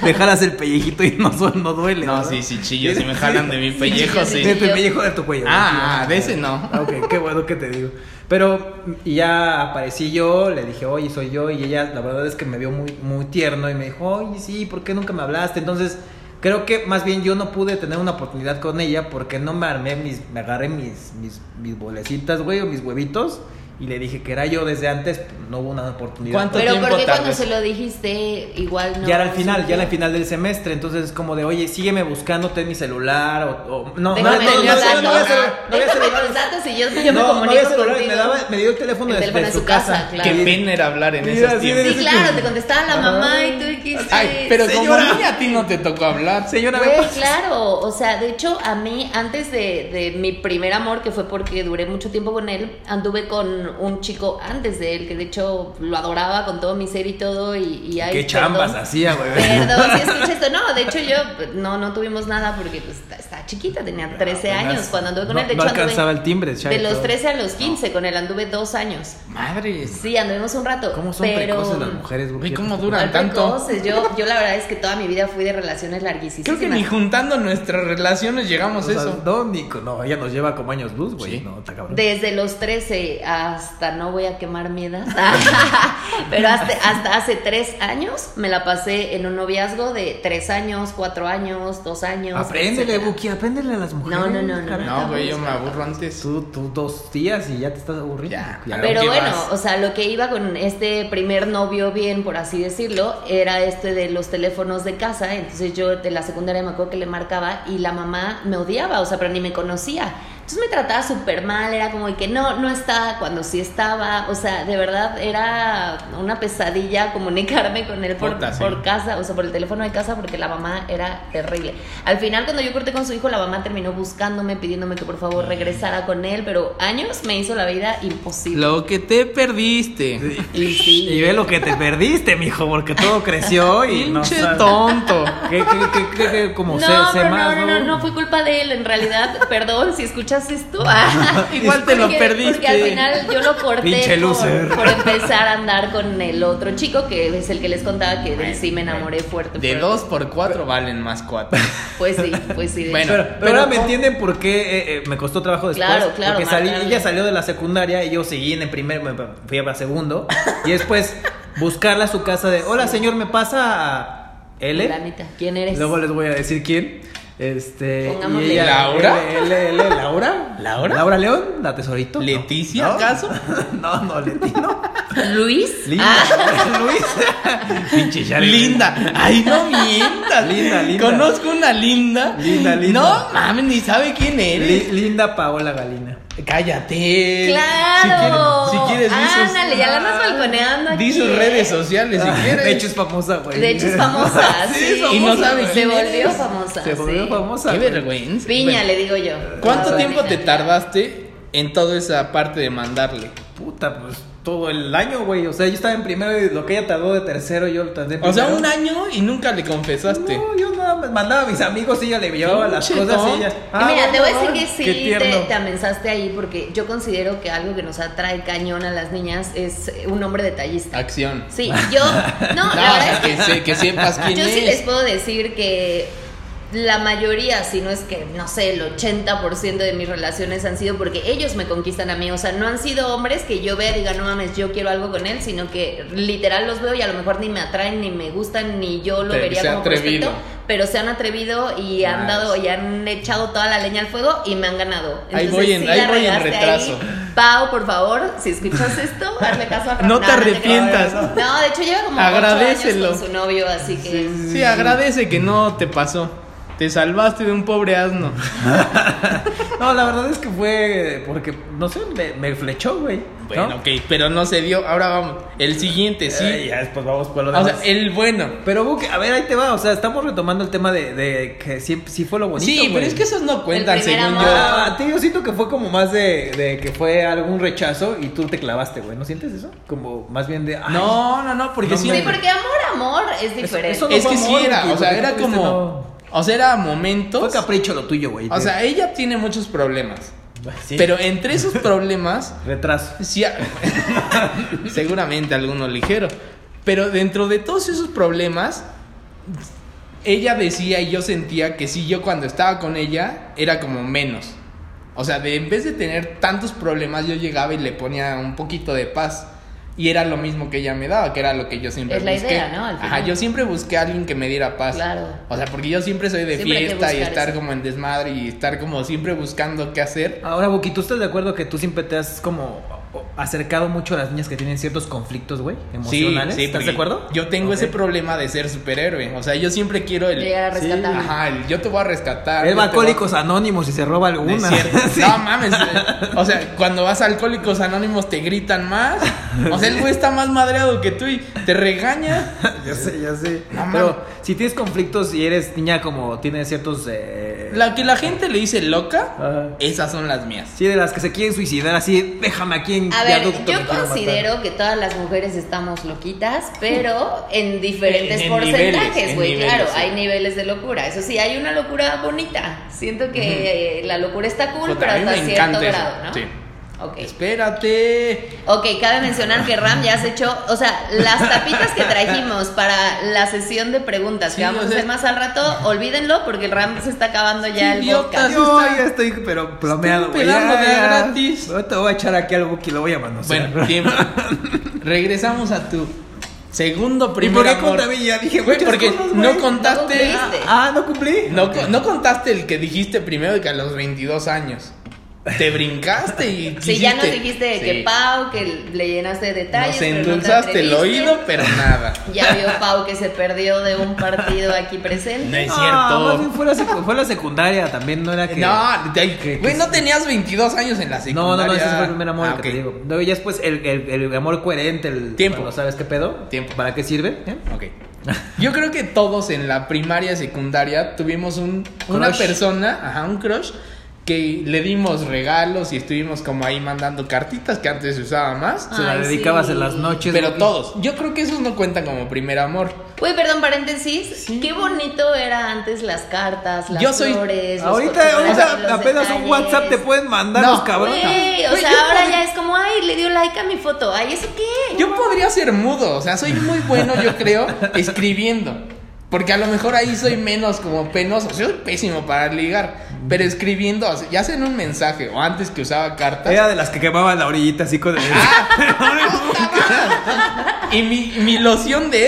Speaker 1: Dejaras el pellejito y no, su- no duele.
Speaker 2: No,
Speaker 1: ¿verdad?
Speaker 2: sí, sí chillo, si me jalan de mi pellejo,
Speaker 3: yo
Speaker 2: sí.
Speaker 3: sí
Speaker 1: De tu
Speaker 3: yo-
Speaker 1: pellejo de tu cuello.
Speaker 2: Ah, de ese no.
Speaker 1: Ah, Ok, qué bueno que te digo. Pero y ya aparecí yo, le dije, oye, soy yo, y ella la verdad es que me vio muy, muy tierno y me dijo, oye, sí, ¿por qué nunca me hablaste? Entonces, creo que más bien yo no pude tener una oportunidad con ella porque no me armé mis, me agarré mis, mis, mis bolecitas, güey, o mis huevitos, y le dije que era yo desde antes, pues, no hubo una oportunidad.
Speaker 2: ¿Cuánto
Speaker 3: Pero
Speaker 2: tiempo
Speaker 3: porque cuando
Speaker 2: tardas?
Speaker 3: se lo dijiste, igual no.
Speaker 1: Ya era al final, ya era
Speaker 3: surgió.
Speaker 1: al final del semestre, entonces es como de, oye, sígueme buscando, ten mi celular, o, o- no, no, no, no,
Speaker 3: Déjame
Speaker 1: no,
Speaker 3: tus
Speaker 1: no,
Speaker 3: datos.
Speaker 1: no, no, había celu- no había
Speaker 3: Déjame
Speaker 1: celulares.
Speaker 3: tus datos y yo, yo me
Speaker 1: no, no
Speaker 3: comunico
Speaker 1: había celular,
Speaker 3: contigo.
Speaker 1: me, daba, me dio el teléfono,
Speaker 3: El
Speaker 1: de,
Speaker 3: teléfono
Speaker 1: de su casa.
Speaker 3: claro.
Speaker 2: Qué pena era hablar en
Speaker 1: Mira,
Speaker 2: esos
Speaker 1: así de-
Speaker 2: tiempos.
Speaker 3: Sí, claro, te contestaba la mamá
Speaker 1: Ah.
Speaker 3: y tú dijiste.
Speaker 2: Ay, pero como
Speaker 1: Señora.
Speaker 2: a mí a ti no te tocó hablar.
Speaker 1: Señora,
Speaker 3: Güey,
Speaker 1: ¿me pasas?
Speaker 3: claro, o sea, de hecho a mí antes de, de mi primer amor, que fue porque duré mucho tiempo con él, anduve con un chico antes de él, que de hecho lo adoraba con todo mi ser y todo, y, y ay,
Speaker 1: Qué chambas
Speaker 3: perdón.
Speaker 1: hacía, güey.
Speaker 3: Perdón, si escucha esto. No, de hecho yo no, no tuvimos nada porque pues, está- estaba chiquita, tenía 13
Speaker 1: Ah, Apenas-
Speaker 3: años cuando anduve con
Speaker 1: no-
Speaker 3: él. De
Speaker 1: no
Speaker 3: hecho, anduve
Speaker 1: alcanzaba el timbre, Shai,
Speaker 3: De los
Speaker 1: todo.
Speaker 3: 13 a los 15 con él anduve dos años.
Speaker 2: Madres.
Speaker 3: Sí, anduvimos un rato.
Speaker 1: ¿Cómo son
Speaker 3: pero...
Speaker 1: precoces las mujeres, güey?
Speaker 2: Güey, ¿cómo
Speaker 1: Qué-
Speaker 2: duran
Speaker 3: ¿Cuál
Speaker 2: tanto?
Speaker 3: precoces? Yo, yo la verdad es que toda mi vida fui de relaciones larguísimas.
Speaker 2: Creo que ni juntando nuestras relaciones
Speaker 1: O
Speaker 2: llegamos a
Speaker 1: sea,
Speaker 2: eso.
Speaker 1: No, Nico, no, ella nos lleva como años luz, güey.
Speaker 2: Sí.
Speaker 1: No, está cabrón.
Speaker 3: Desde los 13 hasta, no voy a quemar
Speaker 2: [LAUGHS]
Speaker 3: mi edad, pero hasta, hasta hace tres años me la pasé en un noviazgo de tres años, cuatro años, dos años.
Speaker 1: Apréndele,
Speaker 3: etcétera.
Speaker 1: Buki, apréndele a las mujeres.
Speaker 3: no, no, no,
Speaker 1: caray.
Speaker 2: No, güey, yo me aburro antes.
Speaker 1: Tú, tú dos días y ya te estás aburriendo.
Speaker 2: Ya.
Speaker 1: Ya.
Speaker 2: ¿A
Speaker 3: Pero
Speaker 2: qué
Speaker 3: bueno,
Speaker 2: vas?
Speaker 3: o sea, lo que iba con este primer novio bien, por así decirlo, era este de los teléfonos de casa. Entonces yo de la secundaria me acuerdo que le marcaba y la mamá me odiaba, o sea, pero ni me conocía. Entonces me trataba súper mal, era como de que no, no estaba cuando sí estaba. O sea, de verdad era una pesadilla comunicarme con él por,
Speaker 2: Puta, sí.
Speaker 3: por casa, o sea, por el teléfono de casa porque la mamá era terrible. Al final, cuando yo corté con su hijo, la mamá terminó buscándome, pidiéndome que por favor regresara con él, pero años me hizo la vida imposible.
Speaker 2: Lo que te perdiste.
Speaker 3: Y sí.
Speaker 1: Y ve lo que te perdiste, mijo, porque todo creció y
Speaker 3: [LAUGHS]
Speaker 1: no
Speaker 2: Pinche
Speaker 1: sabes-
Speaker 2: tonto.
Speaker 1: ¿Qué, qué, qué, qué, qué- como
Speaker 3: No,
Speaker 1: sé, sé
Speaker 3: pero
Speaker 1: más,
Speaker 3: no, no, no, no fue culpa de él, en realidad, [LAUGHS] perdón si escuchas
Speaker 2: [LAUGHS]
Speaker 3: esto. Ah, [LAUGHS]
Speaker 2: Igual te lo
Speaker 3: porque-
Speaker 2: perdiste.
Speaker 3: Porque al final yo lo corté
Speaker 1: Pinche loser.
Speaker 2: [LAUGHS]
Speaker 3: por, por empezar a andar con el otro chico, que es el que les contaba que de él sí me enamoré fuerte.
Speaker 2: De
Speaker 3: fuerte.
Speaker 2: dos por cuatro valen más cuatro. [LAUGHS]
Speaker 3: Pues sí, pues sí. de
Speaker 2: Bueno,
Speaker 3: hecho.
Speaker 1: Pero, pero
Speaker 2: Pero
Speaker 1: ahora me
Speaker 2: ¿cómo?
Speaker 1: entienden por qué eh, eh, me costó trabajo después.
Speaker 3: Claro, claro,
Speaker 1: Porque salí-
Speaker 3: marcarle.
Speaker 1: ella salió de la secundaria y yo seguí en el primer, me- fui a segundo. y
Speaker 3: [LAUGHS]
Speaker 1: después buscarla a su casa de, hola señor, ¿me pasa a L?
Speaker 3: Fulanita, ¿quién eres?
Speaker 1: Luego les voy a decir quién. Este,
Speaker 3: Pongámosle-
Speaker 2: ¿Laura?
Speaker 1: L, L, L, ¿Laura?
Speaker 2: ¿Laura?
Speaker 1: ¿Laura León? ¿La tesorito? No.
Speaker 2: ¿Leticia,
Speaker 1: ¿No?
Speaker 2: acaso?
Speaker 1: [LAUGHS] no, no, Leti,
Speaker 3: [LAUGHS]
Speaker 1: no.
Speaker 2: [LAUGHS]
Speaker 3: Luis.
Speaker 1: Linda,
Speaker 3: Ah,
Speaker 1: Luis. Pinche Shari.
Speaker 2: Linda. Ay, no mientas.
Speaker 1: Linda, linda.
Speaker 2: Conozco una linda.
Speaker 1: Linda, linda.
Speaker 2: No mames, ni sabe quién eres.
Speaker 1: Li- linda Paola Galina.
Speaker 2: Cállate.
Speaker 3: claro.
Speaker 2: Si quieres, si quieres, di sus- Ah,
Speaker 3: Ándale, ya la andas balconeando.
Speaker 2: di
Speaker 3: aquí,
Speaker 2: sus
Speaker 3: ¿eh?
Speaker 2: redes sociales si quieres.
Speaker 1: Ah, [LAUGHS] De hecho es famosa, güey.
Speaker 3: De hecho es famosa.
Speaker 1: [LAUGHS]
Speaker 2: [LAUGHS]
Speaker 1: Sí,
Speaker 3: sí,
Speaker 1: es famosa,
Speaker 2: Y no sabe
Speaker 3: Se
Speaker 2: quién
Speaker 3: volvió
Speaker 2: eres.
Speaker 3: famosa.
Speaker 1: Se volvió
Speaker 3: sí.
Speaker 1: famosa.
Speaker 2: Qué
Speaker 1: güey.
Speaker 2: vergüenza.
Speaker 3: Piña,
Speaker 2: Bueno,
Speaker 3: le digo yo.
Speaker 2: ¿Cuánto
Speaker 3: Ah,
Speaker 2: tiempo te
Speaker 3: piña.
Speaker 2: tardaste en toda esa parte de mandarle?
Speaker 1: Puta, pues todo el año, güey. O sea, yo estaba en primero y lo que ella tardó de tercero, yo lo tardé en
Speaker 2: O sea,
Speaker 1: primero.
Speaker 2: un año y nunca le confesaste.
Speaker 1: No, yo nada más mandaba a mis amigos y ella le llevaba las
Speaker 2: Pinche
Speaker 1: cosas y ella.
Speaker 2: tonto.
Speaker 1: Ah,
Speaker 3: Y mira, te
Speaker 1: bueno,
Speaker 3: voy a decir
Speaker 1: bueno,
Speaker 3: que sí
Speaker 1: qué
Speaker 3: te,
Speaker 1: tierno.
Speaker 3: te amensaste ahí porque yo considero que algo que nos atrae cañón a las niñas es un hombre detallista.
Speaker 2: Acción.
Speaker 3: Sí, yo. No,
Speaker 2: No,
Speaker 3: la verdad es que
Speaker 2: que, se- que sepas quién
Speaker 3: yo
Speaker 2: es.
Speaker 3: sí les puedo decir que la mayoría, si no es que, no sé, el 80% de mis relaciones han sido porque ellos me conquistan a mí. O sea, no han sido hombres que yo vea y diga, no mames, yo quiero algo con él, sino que literal los veo y a lo mejor ni me atraen, ni me gustan, ni yo lo
Speaker 2: Pero
Speaker 3: vería
Speaker 2: se ha
Speaker 3: como prospecto.
Speaker 2: atrevido.
Speaker 3: Pero se han atrevido y han
Speaker 2: Nice.
Speaker 3: dado y han echado toda la leña al fuego y me han ganado.
Speaker 2: Ahí voy en-
Speaker 3: sí
Speaker 2: ahí
Speaker 3: la
Speaker 2: voy en
Speaker 3: regaste
Speaker 2: retraso.
Speaker 3: ahí. Pau, por favor, si escuchas esto, hazle caso a
Speaker 1: [LAUGHS]
Speaker 3: Fran.
Speaker 1: No te
Speaker 3: creo.
Speaker 1: arrepientas.
Speaker 3: No, de hecho lleva como
Speaker 2: Agradécelo.
Speaker 3: Agradecelo. años con su novio, así que...
Speaker 2: Sí, agradece que no te pasó. Te salvaste de un pobre asno.
Speaker 1: No, la verdad es que fue porque, no sé, me, me flechó, güey. ¿no?
Speaker 2: Bueno, ok, pero no se dio. Ahora vamos. El siguiente, sí.
Speaker 1: Eh, ya después vamos por lo
Speaker 2: o
Speaker 1: demás.
Speaker 2: sea, eh, el bueno.
Speaker 1: Pero, Buki, a ver, ahí te va. O sea, estamos retomando el tema de, de que sí, sí fue lo bonito.
Speaker 2: sí, pero
Speaker 1: güey.
Speaker 2: es que esos no cuentan,
Speaker 3: El primer
Speaker 2: según
Speaker 3: amor.
Speaker 2: yo.
Speaker 1: Ah, a ti yo siento que fue como más de, de que fue algún rechazo y tú te clavaste, güey. ¿No sientes eso? Como más bien de. ay,
Speaker 2: No, no, no, porque
Speaker 1: No
Speaker 2: sí.
Speaker 1: me-
Speaker 3: Sí, porque amor, amor es diferente.
Speaker 1: eso no
Speaker 2: Es
Speaker 1: fue
Speaker 2: que sí
Speaker 1: amor,
Speaker 2: era.
Speaker 1: Ricky,
Speaker 2: O sea,
Speaker 1: porque
Speaker 2: era
Speaker 1: tuviste,
Speaker 2: como.
Speaker 1: no.
Speaker 2: O sea, era momentos.
Speaker 1: Fue capricho lo tuyo, güey.
Speaker 2: O
Speaker 1: de-
Speaker 2: sea, ella tiene muchos problemas.
Speaker 1: [LAUGHS] Sí.
Speaker 2: Pero entre esos problemas,
Speaker 1: Retraso.
Speaker 2: sí, ha- [LAUGHS] seguramente alguno ligero. Pero dentro de todos esos problemas, ella decía y yo sentía que sí, yo cuando estaba con ella era como menos. O sea, de, en vez de tener tantos problemas, yo llegaba y le ponía un poquito de paz. Y era lo mismo que ella me daba, que era lo que yo siempre
Speaker 3: Es la
Speaker 2: busqué.
Speaker 3: idea, ¿no? Al
Speaker 2: Ajá,
Speaker 3: final.
Speaker 2: yo siempre busqué a alguien que me diera paz.
Speaker 3: Claro.
Speaker 2: O sea, porque yo siempre soy de
Speaker 3: Siempre hay que
Speaker 2: fiesta y
Speaker 3: buscar
Speaker 2: estar
Speaker 3: eso.
Speaker 2: como en desmadre y estar como siempre buscando qué hacer.
Speaker 1: Ahora, Buki, ¿tú estás de acuerdo que tú siempre te has como acercado mucho a las niñas que tienen ciertos conflictos, güey? Emocionales. ¿Estás
Speaker 2: porque
Speaker 1: de acuerdo?
Speaker 2: Yo tengo
Speaker 1: Ok.
Speaker 2: ese problema de ser superhéroe. O sea, yo siempre quiero el.
Speaker 3: Llegar a
Speaker 1: Sí.
Speaker 3: rescatar.
Speaker 2: Ajá, el yo te voy a rescatar.
Speaker 1: Es
Speaker 2: yo te
Speaker 1: Alcohólicos Anónimos y se roba
Speaker 2: voy a-
Speaker 1: alguna.
Speaker 2: De cierto.
Speaker 1: [LAUGHS] Sí.
Speaker 2: No mames. eh. O sea, cuando vas a Alcohólicos Anónimos te gritan más. O sea, el güey está más madreado que tú y te regaña.
Speaker 1: [LAUGHS] Ya sé, ya sé.
Speaker 2: No mames.
Speaker 1: Pero si tienes conflictos y eres niña como tiene ciertos... eh,
Speaker 2: La que la gente le dice loca,
Speaker 1: ah,
Speaker 2: esas son las mías.
Speaker 1: Sí, de las que se quieren suicidar así, déjame aquí en
Speaker 3: A ver,
Speaker 1: viaducto, me
Speaker 3: yo
Speaker 1: quiero matar".
Speaker 3: considero que todas las mujeres estamos loquitas, pero en diferentes
Speaker 2: En- en niveles,
Speaker 3: porcentajes,
Speaker 2: en
Speaker 3: güey.
Speaker 2: niveles,
Speaker 3: Claro,
Speaker 2: sí.
Speaker 3: hay niveles de locura. Eso sí, hay una locura bonita. Siento que eh, la locura está cool,
Speaker 2: Puta,
Speaker 3: pero
Speaker 2: a mí
Speaker 3: hasta
Speaker 2: me
Speaker 3: cierto
Speaker 2: encanta eso,
Speaker 3: grado, ¿no?
Speaker 2: sí.
Speaker 3: Ok.
Speaker 2: Espérate.
Speaker 3: Ok, cabe mencionar que Ram ya has hecho, o sea, las tapitas que trajimos para la sesión de preguntas
Speaker 2: Sí,
Speaker 3: que vamos
Speaker 2: o
Speaker 3: a
Speaker 2: sea-
Speaker 3: hacer más al rato, olvídenlo porque el Ram se está acabando ya el
Speaker 2: Idiota.
Speaker 3: vodka.
Speaker 1: Yo
Speaker 2: Está-
Speaker 1: ya estoy, pero plomeado, güey.
Speaker 2: pelando
Speaker 1: Ya,
Speaker 2: de
Speaker 1: ya.
Speaker 2: gratis.
Speaker 1: Ahorita te voy a echar aquí algo que lo voy a manosear. [LAUGHS]
Speaker 2: Bueno, tiempo. Regresamos a tu segundo
Speaker 1: ¿Y
Speaker 2: primer
Speaker 1: por qué
Speaker 2: amor.
Speaker 1: contaste? Ya dije, güey,
Speaker 2: Güey, porque
Speaker 1: muchas cosas,
Speaker 2: no
Speaker 1: güey.
Speaker 2: contaste.
Speaker 3: No cumpliste.
Speaker 1: Ah, ¿no cumplí?
Speaker 2: No, co- no contaste el que dijiste primero de que a los 22 años. Te
Speaker 1: [LAUGHS]
Speaker 2: brincaste y.
Speaker 3: Sí, ya nos
Speaker 2: quisiste- Sí.
Speaker 3: dijiste que Pau, que le llenaste de detalles.
Speaker 2: Nos
Speaker 3: pero no te
Speaker 2: endulzaste el
Speaker 3: atreviste.
Speaker 2: oído, pero
Speaker 1: [LAUGHS]
Speaker 2: nada.
Speaker 3: Ya vio Pau que se perdió de un partido aquí
Speaker 2: No [LAUGHS]
Speaker 3: presente.
Speaker 2: es
Speaker 1: Ah, más bien
Speaker 2: cierto.
Speaker 1: fue, la secu- fue la secundaria también, no era que...
Speaker 2: No, te-
Speaker 1: que-
Speaker 2: güey,
Speaker 1: que-
Speaker 2: no tenías 22 años en la
Speaker 1: No,
Speaker 2: secundaria.
Speaker 1: no, no, ese fue el primer amor
Speaker 2: Ah,
Speaker 1: el que
Speaker 2: ok.
Speaker 1: te digo. No, y después el, el- el amor coherente, el
Speaker 2: Tiempo.
Speaker 1: cuando sabes qué pedo.
Speaker 2: Tiempo.
Speaker 1: ¿Para qué sirve? ¿Eh? [LAUGHS]
Speaker 2: Ok. Yo creo que todos en la primaria, secundaria, tuvimos un, una
Speaker 1: Crush.
Speaker 2: persona, ajá, un crush, que le dimos regalos y estuvimos como ahí mandando cartitas que antes se usaba más.
Speaker 1: Se la
Speaker 3: Ay,
Speaker 1: dedicabas
Speaker 3: sí.
Speaker 1: en las noches.
Speaker 2: Pero
Speaker 1: güey.
Speaker 2: todos. Yo creo que esos no cuentan como primer amor.
Speaker 3: Uy, perdón, paréntesis.
Speaker 2: Sí.
Speaker 3: Qué bonito era antes las cartas, las
Speaker 2: Yo soy-
Speaker 3: flores. los
Speaker 1: Ahorita,
Speaker 3: fotogramas,
Speaker 1: ahorita
Speaker 3: los
Speaker 1: apenas un
Speaker 3: detalles.
Speaker 1: WhatsApp te pueden mandar
Speaker 2: No.
Speaker 1: los cabrones.
Speaker 3: Güey, o
Speaker 2: Güey,
Speaker 3: sea,
Speaker 2: yo
Speaker 3: ahora
Speaker 2: pod-
Speaker 3: ya es como, ay, le dio like a mi foto. Ay, ¿eso qué?
Speaker 2: Yo podría ser mudo, o sea, soy muy bueno, yo creo, escribiendo. Porque a lo mejor ahí soy menos como penoso. Yo soy pésimo para ligar. Pero escribiendo, o sea, ya sea en un mensaje o antes que usaba cartas.
Speaker 1: Era de las que quemaban la orillita así con el...
Speaker 2: Y mi, mi loción de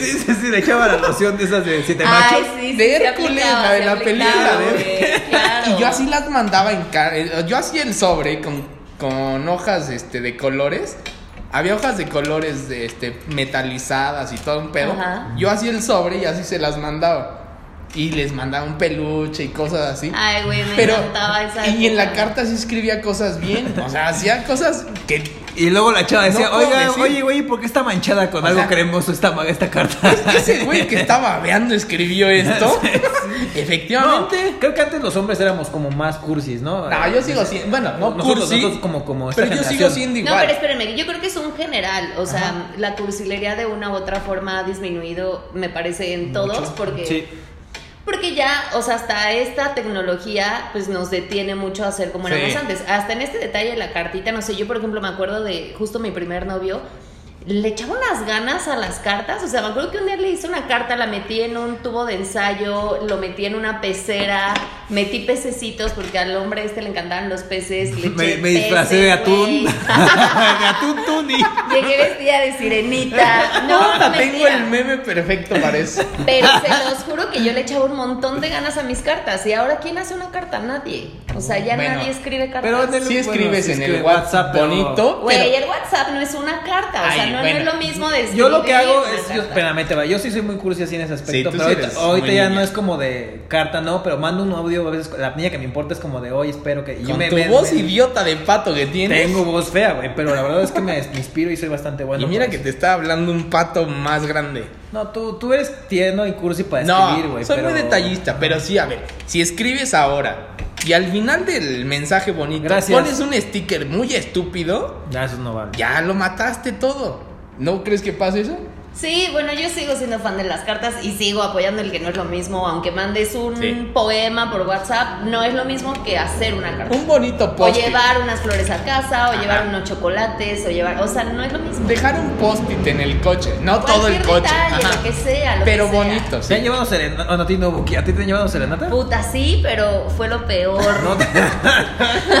Speaker 1: [LAUGHS] sí, sí, sí, le echaban la loción de esas de siete
Speaker 3: Ay,
Speaker 1: machos.
Speaker 3: sí, sí,
Speaker 2: de
Speaker 3: se
Speaker 2: Hércules,
Speaker 3: aplicaba,
Speaker 2: la de
Speaker 3: se
Speaker 2: la
Speaker 3: aplicaba,
Speaker 2: película de
Speaker 3: güey,
Speaker 2: Hércules. [LAUGHS]
Speaker 3: claro.
Speaker 2: Y yo así las mandaba en ca- eh, Yo hacía el sobre con, con hojas este, de colores. Había hojas de colores de, este, metalizadas y todo un pedo.
Speaker 3: Ajá.
Speaker 2: Yo hacía el sobre y así se las mandaba. Y les mandaba un peluche y cosas así.
Speaker 3: Ay, güey, me
Speaker 2: Pero,
Speaker 3: encantaba esa.
Speaker 2: y en la
Speaker 3: época.
Speaker 2: carta sí escribía cosas bien. O sea, hacía cosas que.
Speaker 1: Y luego la chava decía,
Speaker 2: No puedo
Speaker 1: oiga,
Speaker 2: decir".
Speaker 1: oye, güey, ¿por qué está manchada con
Speaker 2: O
Speaker 1: algo
Speaker 2: sea,
Speaker 1: cremoso esta, esta carta?
Speaker 2: [LAUGHS] Ese güey que estaba veando
Speaker 1: [LAUGHS]
Speaker 2: escribió esto.
Speaker 1: No,
Speaker 2: Efectivamente.
Speaker 1: creo que antes los hombres éramos como más cursis, ¿no?
Speaker 2: No, yo sigo siendo. Bueno, no
Speaker 1: Nosotros-
Speaker 2: cursi,
Speaker 1: nosotros como- como esta
Speaker 2: pero yo sigo
Speaker 1: generación.
Speaker 2: siendo
Speaker 3: No,
Speaker 2: igual.
Speaker 3: pero espérenme, yo creo que es un general, o sea, la cursilería de una u otra forma ha disminuido, me parece, en todos,
Speaker 1: Mucho.
Speaker 3: porque
Speaker 1: Sí.
Speaker 3: porque ya, o sea, hasta esta tecnología pues nos detiene mucho a hacer como
Speaker 2: Sí.
Speaker 3: éramos antes. Hasta en este detalle de la cartita, no sé, yo por ejemplo me acuerdo de justo mi primer novio le echaba unas ganas a las cartas. O sea, me acuerdo que un día le hice una carta, la metí en un tubo de ensayo, lo metí en una pecera, metí pececitos porque al hombre este le encantaban los peces.
Speaker 1: [LAUGHS]
Speaker 3: Le
Speaker 1: Me,
Speaker 3: eché
Speaker 1: me disfracé de
Speaker 3: peces,
Speaker 1: atún. [LAUGHS]
Speaker 3: güey.
Speaker 1: de atún Tuni.
Speaker 3: Llegué vestida de sirenita. [LAUGHS] No, no
Speaker 2: tengo
Speaker 3: mentira.
Speaker 2: el meme perfecto
Speaker 1: [LAUGHS]
Speaker 2: para eso.
Speaker 3: Pero se los juro que yo le echaba un montón de ganas a mis cartas. Y ahora, ¿quién hace una carta? Nadie. O sea, ya
Speaker 2: Bueno,
Speaker 3: nadie escribe cartas.
Speaker 1: pero en el-
Speaker 2: Si
Speaker 1: Bueno,
Speaker 2: escribes
Speaker 1: sí
Speaker 2: en
Speaker 1: escribe
Speaker 2: el WhatsApp
Speaker 1: WhatsApp, pero-
Speaker 2: bonito,
Speaker 3: Güey,
Speaker 2: pero-
Speaker 3: el WhatsApp no es una carta. O sea,
Speaker 2: Ay,
Speaker 3: no, no
Speaker 2: bueno.
Speaker 3: es lo mismo de
Speaker 1: Yo lo que
Speaker 3: escribir
Speaker 1: hago
Speaker 3: una
Speaker 1: es. Yo,
Speaker 3: carta.
Speaker 1: espérame, te va. Yo sí soy muy cursi así en ese
Speaker 2: Sí,
Speaker 1: aspecto.
Speaker 2: tú
Speaker 1: pero
Speaker 2: sí
Speaker 1: ahorita,
Speaker 2: eres
Speaker 1: ahorita
Speaker 2: muy
Speaker 1: ya
Speaker 2: niña.
Speaker 1: no es como de carta, no. Pero mando un audio. A veces la niña que me importa es como de hoy. Espero que. y
Speaker 2: con
Speaker 1: yo me-
Speaker 2: tu
Speaker 1: me-
Speaker 2: voz
Speaker 1: me-
Speaker 2: idiota de pato que tienes.
Speaker 1: Tengo voz fea, güey. Pero la verdad es que me, me inspiro y soy bastante bueno. pues.
Speaker 2: y mira
Speaker 1: para
Speaker 2: que
Speaker 1: eso.
Speaker 2: te está hablando un pato más grande.
Speaker 1: No, tú, tú eres tierno y cursi para escribir,
Speaker 2: No,
Speaker 1: güey.
Speaker 2: soy
Speaker 1: pero-
Speaker 2: muy detallista, pero sí, a ver, si escribes ahora y al final del mensaje bonito
Speaker 1: Gracias.
Speaker 2: pones un sticker muy estúpido,
Speaker 1: Ya, eso no vale.
Speaker 2: ya lo mataste todo. ¿No crees que pase eso?
Speaker 3: Sí, bueno, yo sigo siendo fan de las cartas y sigo apoyando el que no es lo mismo. Aunque mandes un
Speaker 2: Sí.
Speaker 3: poema por WhatsApp, no es lo mismo que hacer una carta.
Speaker 2: Un bonito
Speaker 3: O
Speaker 2: post.
Speaker 3: llevar unas flores a casa, o
Speaker 2: Ajá.
Speaker 3: llevar unos chocolates, o llevar. O sea, no es lo mismo.
Speaker 2: Dejar un post-it en el coche, no todo el
Speaker 3: Cualquier
Speaker 2: coche.
Speaker 3: detalle,
Speaker 2: ajá.
Speaker 3: lo que sea, lo
Speaker 2: pero
Speaker 3: que sea.
Speaker 2: bonito,
Speaker 1: ¿Te han
Speaker 2: sí.
Speaker 1: llevado serenata? Oh, no, a ti no, Buki. ¿A ti te han llevado serenata?
Speaker 3: Puta, sí, pero fue lo peor.
Speaker 1: No te- [LAUGHS]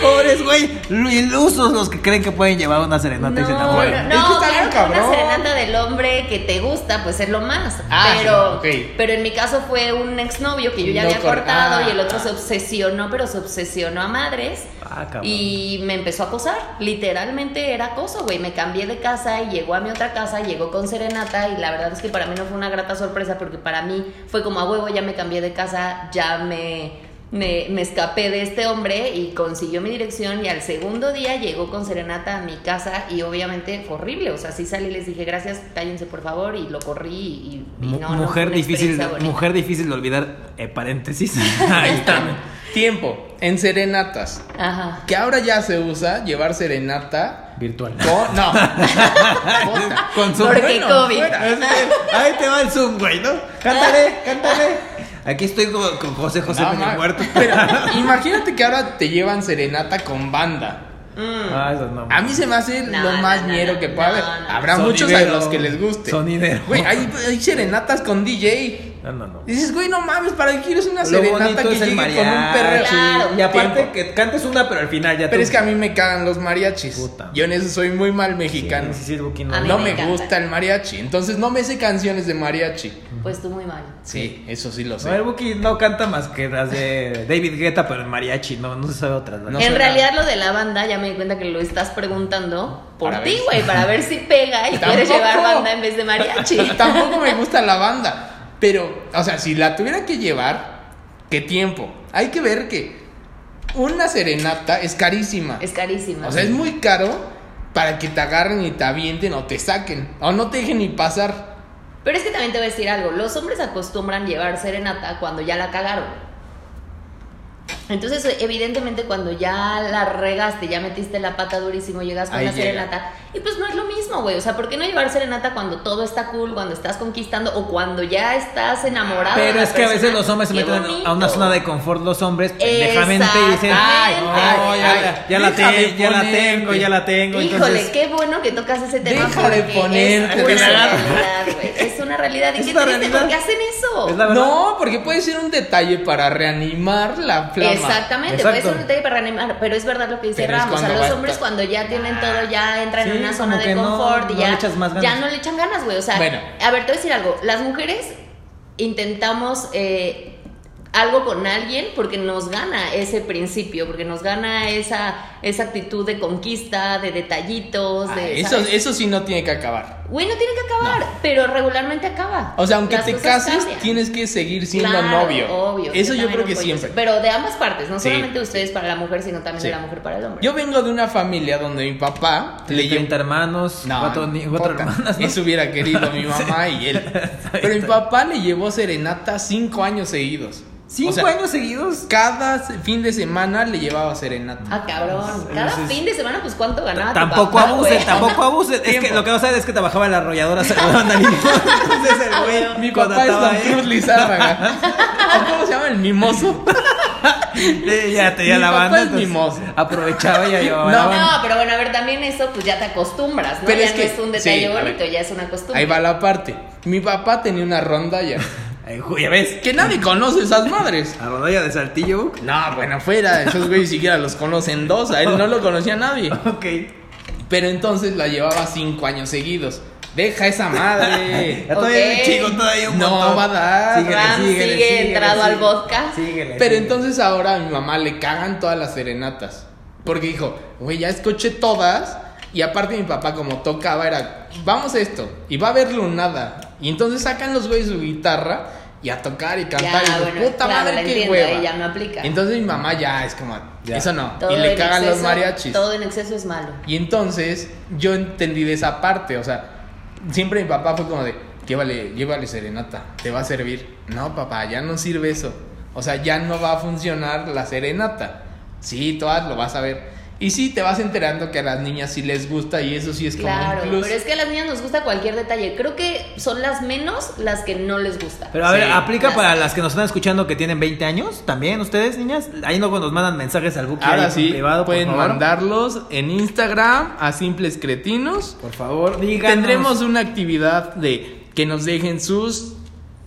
Speaker 1: Pobres, güey. lo Ilusos los que creen que pueden llevar una
Speaker 3: No,
Speaker 1: serenata
Speaker 3: no,
Speaker 1: y se enamoran.
Speaker 2: Es que
Speaker 3: no,
Speaker 2: está bien
Speaker 3: claro que una
Speaker 2: cabrón.
Speaker 3: serenata del hombre que te gusta, pues es lo más.
Speaker 2: Ah,
Speaker 3: pero,
Speaker 2: sí, ok.
Speaker 3: pero en mi caso fue un exnovio que yo ya
Speaker 2: No
Speaker 3: había
Speaker 2: cor-
Speaker 3: cortado
Speaker 2: ah.
Speaker 3: y el otro se obsesionó, pero se obsesionó a madres.
Speaker 1: Ah, cabrón.
Speaker 3: Y me empezó a acosar, literalmente era acoso, güey. Me cambié de casa y llegó a mi otra casa, llegó con serenata y la verdad es que para mí no fue una grata sorpresa porque para mí fue como a huevo, ya me cambié de casa, ya me, me, me escapé de este hombre y consiguió mi dirección y al segundo día llegó con serenata a mi casa y obviamente fue horrible, o sea, sí salí y les dije gracias, cállense por favor y lo corrí y, y
Speaker 1: Mu-
Speaker 3: no, no, fue
Speaker 1: mujer
Speaker 3: una
Speaker 1: difícil,
Speaker 3: experiencia bonita.
Speaker 1: mujer difícil de olvidar. eh, [LAUGHS] paréntesis. Ahí está.
Speaker 2: Tiempo, en serenatas.
Speaker 3: Ajá.
Speaker 2: Que ahora ya se usa llevar serenata
Speaker 1: Virtual.
Speaker 2: con.
Speaker 3: [LAUGHS]
Speaker 2: No. Puta.
Speaker 1: Con su
Speaker 3: Porque
Speaker 2: Bueno,
Speaker 3: COVID.
Speaker 2: fuera.
Speaker 1: Es que [LAUGHS] Ahí te va el Zoom, güey, ¿no?
Speaker 3: Ah,
Speaker 1: Cántale, cántale. Aquí estoy con, con José José
Speaker 2: No,
Speaker 1: Peña
Speaker 2: ma-
Speaker 1: Muerto.
Speaker 2: [LAUGHS] Pero imagínate que ahora te llevan serenata con banda.
Speaker 3: Mm.
Speaker 1: Ah, eso no.
Speaker 2: A mí se me hace
Speaker 3: No,
Speaker 2: lo
Speaker 3: no,
Speaker 2: más
Speaker 3: no,
Speaker 2: ñero
Speaker 3: no,
Speaker 2: que pueda
Speaker 3: no,
Speaker 2: haber.
Speaker 3: no.
Speaker 2: Habrá muchos a
Speaker 1: Sonidero.
Speaker 2: los que les guste.
Speaker 1: Sonidero.
Speaker 2: Güey, hay, hay serenatas con DJ.
Speaker 1: No, no, no.
Speaker 2: Dices, güey, no mames, ¿para qué quieres una
Speaker 1: Lo
Speaker 2: serenata
Speaker 1: bonito
Speaker 2: que
Speaker 1: es el
Speaker 2: llegue con un
Speaker 1: mariachi.
Speaker 2: perreo?
Speaker 3: Claro,
Speaker 1: y aparte
Speaker 2: tiempo.
Speaker 1: que cantes una, pero al final ya
Speaker 2: Pero
Speaker 1: tú-
Speaker 2: es que a mí me cagan los mariachis.
Speaker 1: Puta.
Speaker 2: Yo en eso soy muy mal
Speaker 1: Sí,
Speaker 2: mexicano.
Speaker 1: sí, sí, el Buki no.
Speaker 3: A mí
Speaker 2: No
Speaker 3: me
Speaker 2: me,
Speaker 3: encanta.
Speaker 2: gusta el mariachi. Entonces no me sé canciones de mariachi.
Speaker 3: Pues tú muy mal.
Speaker 2: Sí, eso sí
Speaker 1: No,
Speaker 2: lo
Speaker 1: el
Speaker 2: sé.
Speaker 1: Buki no canta más que las de David Guetta, pero en mariachi, no, no se sabe otras. ¿no?
Speaker 2: No.
Speaker 3: en
Speaker 2: suena.
Speaker 3: realidad lo de la banda ya me di cuenta que lo estás preguntando por
Speaker 2: Para
Speaker 3: ti,
Speaker 2: ver.
Speaker 3: güey, para ver si pega y quieres
Speaker 2: Tampoco.
Speaker 3: llevar banda en vez
Speaker 1: [LAUGHS]
Speaker 3: de mariachi.
Speaker 2: Tampoco me gusta la banda. Pero, o sea, si la tuviera que llevar, ¿qué tiempo? Hay que ver que una serenata es carísima.
Speaker 3: es carísima.
Speaker 2: O sea, es muy caro para que te agarren y te avienten o te saquen. O no te dejen ni pasar.
Speaker 3: Pero es que también te voy a decir algo, los hombres acostumbran llevar serenata cuando ya la cagaron. Entonces, evidentemente, cuando ya la regaste, ya metiste la pata durísimo, llegas con
Speaker 2: Ahí
Speaker 3: la
Speaker 2: llega.
Speaker 3: serenata, y pues no es lo mismo, güey. O sea, ¿por qué no llevar serenata cuando todo está cool, cuando estás conquistando o cuando ya estás enamorado? de
Speaker 1: Pero
Speaker 3: la
Speaker 1: es que a veces
Speaker 3: persona?
Speaker 1: los hombres se
Speaker 3: ¡Qué
Speaker 1: meten a una
Speaker 3: bonito!
Speaker 1: zona de confort los hombres pendejamente y dicen, ay, no,
Speaker 3: Exactamente.
Speaker 1: ya, la- ya la
Speaker 2: Déjame
Speaker 1: tengo, ya la
Speaker 2: ponerte.
Speaker 1: tengo, ya la tengo.
Speaker 3: Híjole,
Speaker 1: entonces,
Speaker 3: qué bueno que tocas ese tema.
Speaker 2: Deja de
Speaker 3: porque
Speaker 2: ponerte,
Speaker 3: Es una
Speaker 2: ¿verdad?
Speaker 1: [LAUGHS]
Speaker 3: realidad, güey. Es una realidad. ¿Y
Speaker 1: Es
Speaker 3: qué
Speaker 1: una
Speaker 3: triste?
Speaker 1: realidad.
Speaker 3: ¿Por qué hacen eso?
Speaker 1: Es la verdad.
Speaker 2: No, porque puede ser un detalle para reanimar la flama.
Speaker 3: Exactamente,
Speaker 1: Exacto.
Speaker 3: puede ser un detalle para reanimar, pero es verdad lo que dice
Speaker 2: Pero es
Speaker 3: Ramos. A
Speaker 2: cuando
Speaker 3: los
Speaker 2: va-
Speaker 3: hombres cuando ya tienen todo, ya entran
Speaker 1: Sí,
Speaker 3: en una
Speaker 1: como
Speaker 3: zona de
Speaker 1: que no-
Speaker 3: confort y
Speaker 1: no
Speaker 3: ya,
Speaker 1: le echas más ganas.
Speaker 3: ya no le echan ganas, güey. O sea,
Speaker 2: Bueno.
Speaker 3: a ver, te voy a decir algo. Las mujeres intentamos eh, algo con alguien porque nos gana ese principio, porque nos gana esa, esa actitud de conquista, de detallitos,
Speaker 2: Ah,
Speaker 3: de...
Speaker 2: eso,
Speaker 3: ¿sabes?
Speaker 2: eso sí no tiene que acabar.
Speaker 3: Güey, no tiene que acabar,
Speaker 2: No.
Speaker 3: pero regularmente acaba.
Speaker 2: O sea, aunque
Speaker 3: Las
Speaker 2: te
Speaker 3: cosas
Speaker 2: cases,
Speaker 3: cambian.
Speaker 2: tienes que seguir siendo
Speaker 3: Claro,
Speaker 2: novio.
Speaker 3: obvio,
Speaker 2: Eso yo,
Speaker 3: también
Speaker 2: creo que
Speaker 3: apoyo eso.
Speaker 2: siempre.
Speaker 3: Pero de ambas partes, no
Speaker 2: Sí.
Speaker 3: solamente ustedes para la mujer, sino también
Speaker 2: Sí.
Speaker 3: de la mujer para el hombre.
Speaker 2: Yo vengo de una familia donde mi papá
Speaker 1: Tiene
Speaker 2: le
Speaker 1: 30 hermanos,
Speaker 2: No,
Speaker 1: cuatro, ni- cuatro
Speaker 2: poca.
Speaker 1: hermanas. ¿no?
Speaker 2: Eso hubiera querido
Speaker 1: [LAUGHS]
Speaker 2: mi mamá y él. Pero mi papá le llevó serenata cinco años seguidos.
Speaker 1: ¿Cinco
Speaker 2: O sea,
Speaker 1: años seguidos?
Speaker 2: Cada se- fin de semana le llevaba serenata.
Speaker 3: Ah, cabrón.
Speaker 1: Sí,
Speaker 3: Cada
Speaker 1: sí, sí.
Speaker 3: fin de semana, pues cuánto
Speaker 2: Ah,
Speaker 3: ganaba. tu
Speaker 1: Tampoco
Speaker 3: papá, güey?
Speaker 1: abusen, tampoco
Speaker 2: [LAUGHS]
Speaker 1: abusen. Es que
Speaker 2: Tiempo.
Speaker 1: lo que no saben es que trabajaba en la arrolladora Salvador Entonces el güey
Speaker 2: [LAUGHS] Mi
Speaker 1: cuando
Speaker 2: papá es
Speaker 1: estaba
Speaker 2: Don
Speaker 1: ahí- [LAUGHS]
Speaker 2: [LAUGHS] Cruz Lizárraga. ¿O ¿Cómo se llama el mimoso?
Speaker 1: Sí, ya te ya
Speaker 2: Mi
Speaker 1: la
Speaker 2: papá
Speaker 1: banda.
Speaker 2: es
Speaker 1: entonces,
Speaker 2: mimoso.
Speaker 1: Aprovechaba y ya llevaba
Speaker 2: [LAUGHS] No.
Speaker 1: la
Speaker 3: No,
Speaker 1: banda.
Speaker 3: pero bueno, a ver, también eso pues ya te acostumbras, ¿no?
Speaker 2: Pero
Speaker 3: ya
Speaker 2: es
Speaker 3: no
Speaker 2: que-
Speaker 3: es un detalle
Speaker 2: sí, a ver.
Speaker 3: bonito, ya es una costumbre.
Speaker 2: Ahí va la parte. Mi papá tenía una rondalla.
Speaker 1: Ay, ju- ya ves.
Speaker 2: Que nadie conoce esas madres.
Speaker 1: A rodilla de saltillo.
Speaker 2: No, bueno, fuera. Esos güeyes siquiera los conocen dos. A él no lo conocía nadie.
Speaker 1: [LAUGHS] Ok.
Speaker 2: Pero entonces la llevaba cinco años seguidos. Deja
Speaker 1: [LAUGHS]
Speaker 2: esa madre.
Speaker 1: Ya todavía
Speaker 3: Ok.
Speaker 1: es un chico, todavía un
Speaker 2: No
Speaker 1: montón.
Speaker 2: va a dar. Ah,
Speaker 1: Síguele,
Speaker 3: Ram
Speaker 1: síguele,
Speaker 3: sigue
Speaker 1: síguele,
Speaker 3: entrado
Speaker 1: síguele.
Speaker 3: al vodka.
Speaker 1: Síguele.
Speaker 2: Pero
Speaker 1: síguele.
Speaker 2: entonces ahora a mi mamá le cagan todas las serenatas. Porque dijo, güey, ya escuché todas. Y aparte mi papá como tocaba era, vamos a esto. Y va a haber lunada. Y entonces sacan los güeyes su guitarra y a tocar y cantar. y
Speaker 3: Ya,
Speaker 2: digo,
Speaker 3: bueno,
Speaker 2: puta
Speaker 3: claro,
Speaker 2: madre,
Speaker 3: la
Speaker 2: qué
Speaker 3: entiendo,
Speaker 2: hueva".
Speaker 3: ahí ya no aplica.
Speaker 2: Entonces mi mamá ya es como,
Speaker 1: Ya.
Speaker 2: eso no.
Speaker 3: Todo
Speaker 2: y le
Speaker 3: en
Speaker 2: cagan los
Speaker 3: exceso-
Speaker 2: mariachis.
Speaker 3: Todo en exceso es malo.
Speaker 2: Y entonces yo entendí de esa parte, o sea, siempre mi papá fue como de, llévale, llévale serenata, te va a servir. No, papá, ya no sirve eso. O sea, ya no va a funcionar la serenata. Sí, todas lo vas a ver. Y sí, te vas enterando que a las niñas sí les gusta y eso sí es como
Speaker 3: Claro,
Speaker 2: un plus.
Speaker 3: pero es que a las niñas nos gusta cualquier detalle. Creo que son las menos las que no les gusta.
Speaker 1: Pero a ver,
Speaker 2: Sí.
Speaker 1: aplica
Speaker 3: Las-
Speaker 1: para las que nos están escuchando que tienen 20 años también, ustedes, niñas. Ahí no nos mandan mensajes al buque
Speaker 2: Ahora
Speaker 1: ahí
Speaker 2: sí,
Speaker 1: privado, por
Speaker 2: pueden
Speaker 1: favor.
Speaker 2: mandarlos en Instagram a Simples Cretinos.
Speaker 1: Por favor, díganos.
Speaker 2: Tendremos una actividad de que nos dejen sus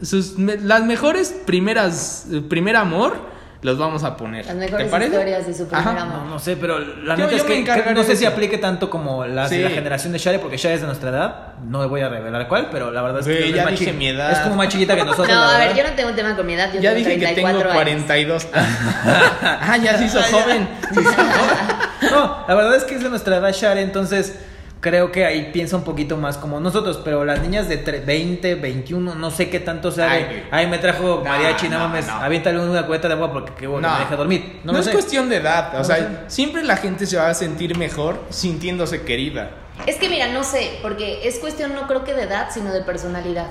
Speaker 2: sus me- las mejores primeras eh, primer amor los vamos a poner.
Speaker 3: Las mejores
Speaker 2: ¿Te parece?
Speaker 3: historias de su primer
Speaker 2: Ajá.
Speaker 1: No,
Speaker 3: amor.
Speaker 1: no sé, pero la
Speaker 2: Yo-
Speaker 1: neta
Speaker 2: yo
Speaker 1: es
Speaker 2: me
Speaker 1: que,
Speaker 2: encargaré
Speaker 1: que no
Speaker 2: de
Speaker 1: sé si
Speaker 2: eso.
Speaker 1: aplique tanto como las de la
Speaker 2: Sí.
Speaker 1: generación de Share, porque Share es de nuestra edad. No le voy a revelar cuál, pero la verdad es
Speaker 2: Güey,
Speaker 1: que
Speaker 2: ya
Speaker 1: es, más
Speaker 2: dije
Speaker 1: chiqui-
Speaker 2: mi edad.
Speaker 1: es como más chiquita
Speaker 2: [LAUGHS]
Speaker 1: que nosotros.
Speaker 3: No,
Speaker 1: la
Speaker 3: a ver,
Speaker 1: verdad.
Speaker 3: yo no tengo tema con mi edad. Yo
Speaker 2: Ya
Speaker 3: tengo
Speaker 2: dije que tengo
Speaker 3: 34 años. [LAUGHS]
Speaker 2: 42. [LAUGHS] ah, ya se hizo joven. Se hizo joven.
Speaker 1: No, la verdad es que es de nuestra edad Share, entonces creo que ahí piensa un poquito más como nosotros, pero las niñas de tre- 20, 21, no sé qué tanto sea
Speaker 2: Ay,
Speaker 1: de,
Speaker 2: güey.
Speaker 1: ay, me trajo mariachi, no,
Speaker 2: no,
Speaker 1: mames,
Speaker 2: no.
Speaker 1: aviéntale una cubeta de agua porque qué bueno, me deja dormir. No,
Speaker 2: No
Speaker 1: lo
Speaker 2: es
Speaker 1: sé.
Speaker 2: cuestión de edad, o
Speaker 1: No
Speaker 2: sea,
Speaker 1: lo sé.
Speaker 2: siempre la gente se va a sentir mejor sintiéndose querida.
Speaker 3: Es que mira, no sé, porque es cuestión no creo que de edad, sino de personalidad.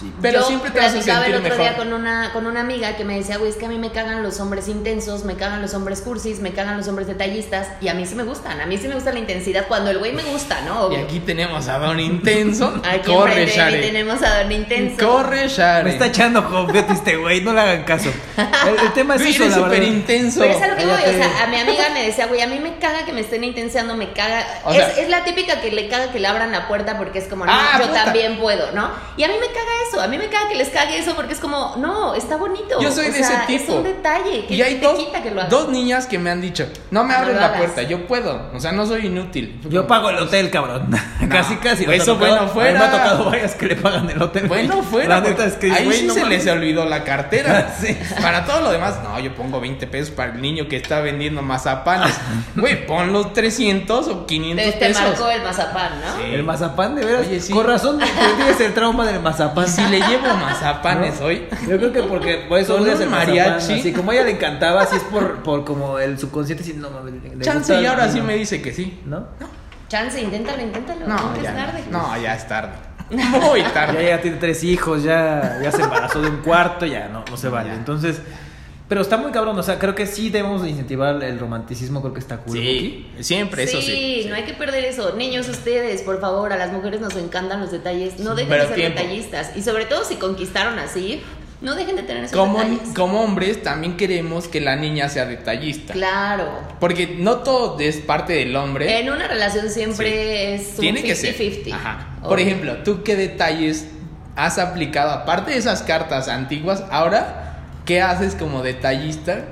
Speaker 1: Sí.
Speaker 2: Pero
Speaker 3: Yo
Speaker 2: siempre te vas a
Speaker 3: platicaba
Speaker 2: sentir
Speaker 3: el otro
Speaker 2: mejor.
Speaker 3: día con una, con una amiga que me decía, güey, es que a mí me cagan los hombres intensos, me cagan los hombres cursis, me cagan los hombres detallistas, y a mí sí me gustan, a mí sí me gusta la intensidad cuando el güey me gusta, ¿no?
Speaker 2: Y
Speaker 3: Obvio.
Speaker 2: aquí tenemos a Don Intenso.
Speaker 3: Aquí
Speaker 2: Corre,
Speaker 3: enfrente de mí
Speaker 2: Share.
Speaker 3: tenemos a Don Intenso.
Speaker 2: Corre,
Speaker 1: Me está
Speaker 2: Share.
Speaker 1: echando confeti este güey, no le hagan caso. El, el tema es
Speaker 2: Güey,
Speaker 1: eso,
Speaker 2: eres
Speaker 1: la
Speaker 2: súper
Speaker 1: verdad.
Speaker 2: intenso.
Speaker 3: Pero es a lo que voy,
Speaker 1: Cállate.
Speaker 3: o sea, a mi amiga me decía, güey, a mí me caga que me estén intenseando, me caga.
Speaker 2: O
Speaker 3: es,
Speaker 2: sea-
Speaker 3: es la típica que le caga que le abran la puerta porque es como, no,
Speaker 2: Ah,
Speaker 3: yo
Speaker 2: puta.
Speaker 3: también puedo, ¿no? Y a mí me caga eso, a mí me caga que les cague eso porque es como, no, está bonito.
Speaker 2: Yo soy
Speaker 3: o
Speaker 2: de
Speaker 3: sea,
Speaker 2: ese
Speaker 3: Es
Speaker 2: tipo.
Speaker 3: un detalle que
Speaker 2: y hay
Speaker 3: te
Speaker 2: dos,
Speaker 3: quita que lo hagas.
Speaker 2: dos niñas que me han dicho, no me
Speaker 3: No
Speaker 2: abres
Speaker 3: lo
Speaker 2: la
Speaker 3: hagas.
Speaker 2: puerta, yo puedo, o sea, no soy inútil. Fue
Speaker 1: Yo
Speaker 2: como,
Speaker 1: pago el hotel, cabrón. [LAUGHS] casi, casi. ¿no te ha
Speaker 2: eso
Speaker 1: tocado?
Speaker 2: bueno fuera.
Speaker 1: A mí Me ha tocado varias que le pagan el hotel.
Speaker 2: [LAUGHS] Bueno,
Speaker 1: La
Speaker 2: fuera.
Speaker 1: neta
Speaker 2: porque
Speaker 1: es que
Speaker 2: ahí
Speaker 1: güey,
Speaker 2: sí
Speaker 1: no
Speaker 2: se
Speaker 1: mames.
Speaker 2: les olvidó la cartera.
Speaker 1: [LAUGHS] Sí.
Speaker 2: Para todo lo demás, no, yo pongo 20 pesos para el niño que está vendiendo mazapanes. Güey, pon los 300 o 500
Speaker 3: Te, te
Speaker 2: pesos.
Speaker 3: marcó el mazapán, ¿no?
Speaker 2: Sí.
Speaker 1: El mazapán, de veras.
Speaker 2: Oye, sí.
Speaker 1: Con razón,
Speaker 2: [LAUGHS]
Speaker 1: tú tienes el trauma del mazapán.
Speaker 2: Y si le llevo mazapanes
Speaker 1: ¿No?
Speaker 2: hoy,
Speaker 1: Yo creo que porque por eso
Speaker 2: Con
Speaker 1: odias
Speaker 2: un
Speaker 1: el mazapán,
Speaker 2: mariachi.
Speaker 1: Así como a ella le encantaba, así es por, por como el subconsciente. Así, no, mames, le gusta
Speaker 2: chance y
Speaker 1: el
Speaker 2: ahora sí
Speaker 1: vino.
Speaker 2: me dice que sí.
Speaker 1: ¿No?
Speaker 3: Chance, inténtalo, inténtalo.
Speaker 2: No,
Speaker 3: nunca
Speaker 2: ya,
Speaker 3: es tarde.
Speaker 2: no, ya es tarde. [LAUGHS] Muy
Speaker 1: Ya,
Speaker 2: tarde.
Speaker 1: ya tiene tres hijos, ya, ya se embarazó de un cuarto, ya no, no se vale.
Speaker 2: Ya.
Speaker 1: Entonces, pero está muy cabrón, o sea, creo que sí debemos de incentivar el romanticismo, creo que está cool. Buki.
Speaker 2: Sí, siempre, eso sí.
Speaker 3: no hay que perder eso. Niños, ustedes, por favor, a las mujeres nos encantan los detalles. No dejen
Speaker 2: Pero
Speaker 3: de ser
Speaker 2: tiempo.
Speaker 3: detallistas. Y sobre todo si conquistaron así, no dejen de tener esos
Speaker 2: como,
Speaker 3: detalles.
Speaker 2: como hombres también queremos que la niña sea detallista.
Speaker 3: Claro.
Speaker 2: Porque no todo es parte del hombre.
Speaker 3: En una relación siempre es un
Speaker 2: Tiene que ser.
Speaker 3: 50-50.
Speaker 2: Ajá.
Speaker 3: Obvio.
Speaker 2: Por ejemplo, ¿tú qué detalles has aplicado? Aparte de esas cartas antiguas, ahora, ¿qué haces como detallista?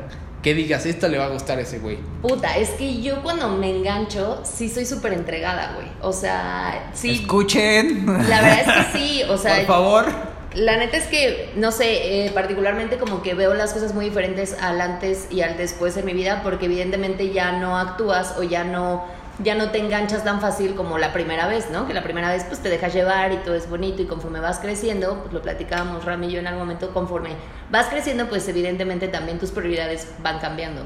Speaker 2: Que digas, esto le va a gustar a ese güey.
Speaker 3: Puta, es que yo cuando me engancho, sí soy súper entregada, güey. O sea, sí.
Speaker 1: Escuchen.
Speaker 3: La verdad es que sí.
Speaker 2: [LAUGHS]
Speaker 3: O sea,
Speaker 1: Por favor.
Speaker 3: La neta es que, no sé, eh, particularmente como que veo las cosas muy diferentes al antes y al después en mi vida, porque evidentemente ya no actúas o ya no, ya no te enganchas tan fácil como la primera vez, ¿no? Que la primera vez pues te dejas llevar y todo es bonito y conforme vas creciendo, pues lo platicábamos Rami y yo en algún momento, conforme vas creciendo pues evidentemente también tus prioridades van cambiando.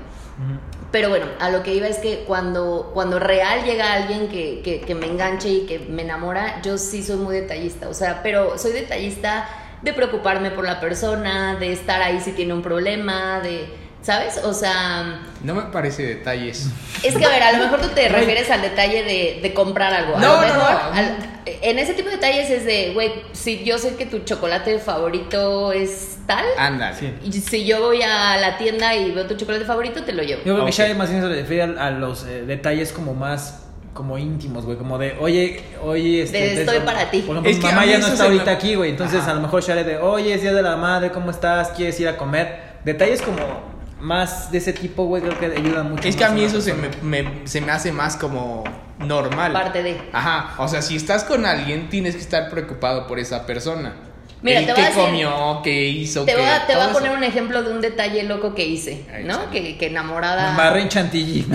Speaker 3: Pero bueno, a lo que iba es que cuando, cuando real llega alguien que, que, que me enganche y que me enamora, yo sí soy muy detallista. O sea, pero soy detallista de preocuparme por la persona, de estar ahí si tiene un problema, de... ¿Sabes? O sea,
Speaker 2: No me parece detalles.
Speaker 3: es que a ver, a lo mejor tú
Speaker 2: [LAUGHS]
Speaker 3: te refieres al detalle de, de comprar algo. A
Speaker 2: No, no,
Speaker 3: lo mejor,
Speaker 2: no.
Speaker 3: al- en ese tipo de detalles es de, güey, si yo sé que tu chocolate favorito es tal,
Speaker 2: Ándale.
Speaker 1: Sí.
Speaker 3: y si yo voy a la tienda y veo tu chocolate favorito, te lo llevo.
Speaker 1: Yo creo
Speaker 2: Ok.
Speaker 1: que Shai más bien se refiere al- a, los eh, detalles como más como íntimos, güey, como de, oye, oye, este,
Speaker 3: De
Speaker 1: te-
Speaker 3: estoy para ti.
Speaker 1: Por ejemplo,
Speaker 2: Es
Speaker 1: mi
Speaker 2: que a
Speaker 1: mamá
Speaker 2: mí
Speaker 1: ya
Speaker 2: eso
Speaker 1: no
Speaker 2: se
Speaker 1: está
Speaker 2: me-
Speaker 1: ahorita aquí, güey, entonces
Speaker 2: Ajá.
Speaker 1: a lo mejor Shai de, oye, es día de la madre, ¿cómo estás? ¿Quieres ir a comer? Detalles como más de ese tipo, güey, creo que ayudan mucho.
Speaker 2: Es que a
Speaker 1: más
Speaker 2: mí
Speaker 1: la
Speaker 2: eso se me,
Speaker 1: persona.
Speaker 2: me- se me hace más como normal.
Speaker 3: Parte de.
Speaker 2: Ajá. O sea, si estás con alguien, tienes que estar preocupado por esa persona.
Speaker 3: Mira,
Speaker 2: El
Speaker 3: te voy
Speaker 2: ¿Qué
Speaker 3: a decir-
Speaker 2: comió? ¿Qué hizo?
Speaker 3: Te
Speaker 2: qué-
Speaker 3: voy a, te
Speaker 2: todo
Speaker 3: voy a
Speaker 2: eso.
Speaker 3: poner un ejemplo de un detalle loco que hice,
Speaker 2: Ahí
Speaker 3: ¿no?
Speaker 2: está.
Speaker 3: Que, que
Speaker 1: Me
Speaker 3: enamorada.
Speaker 1: embarré en chantilly.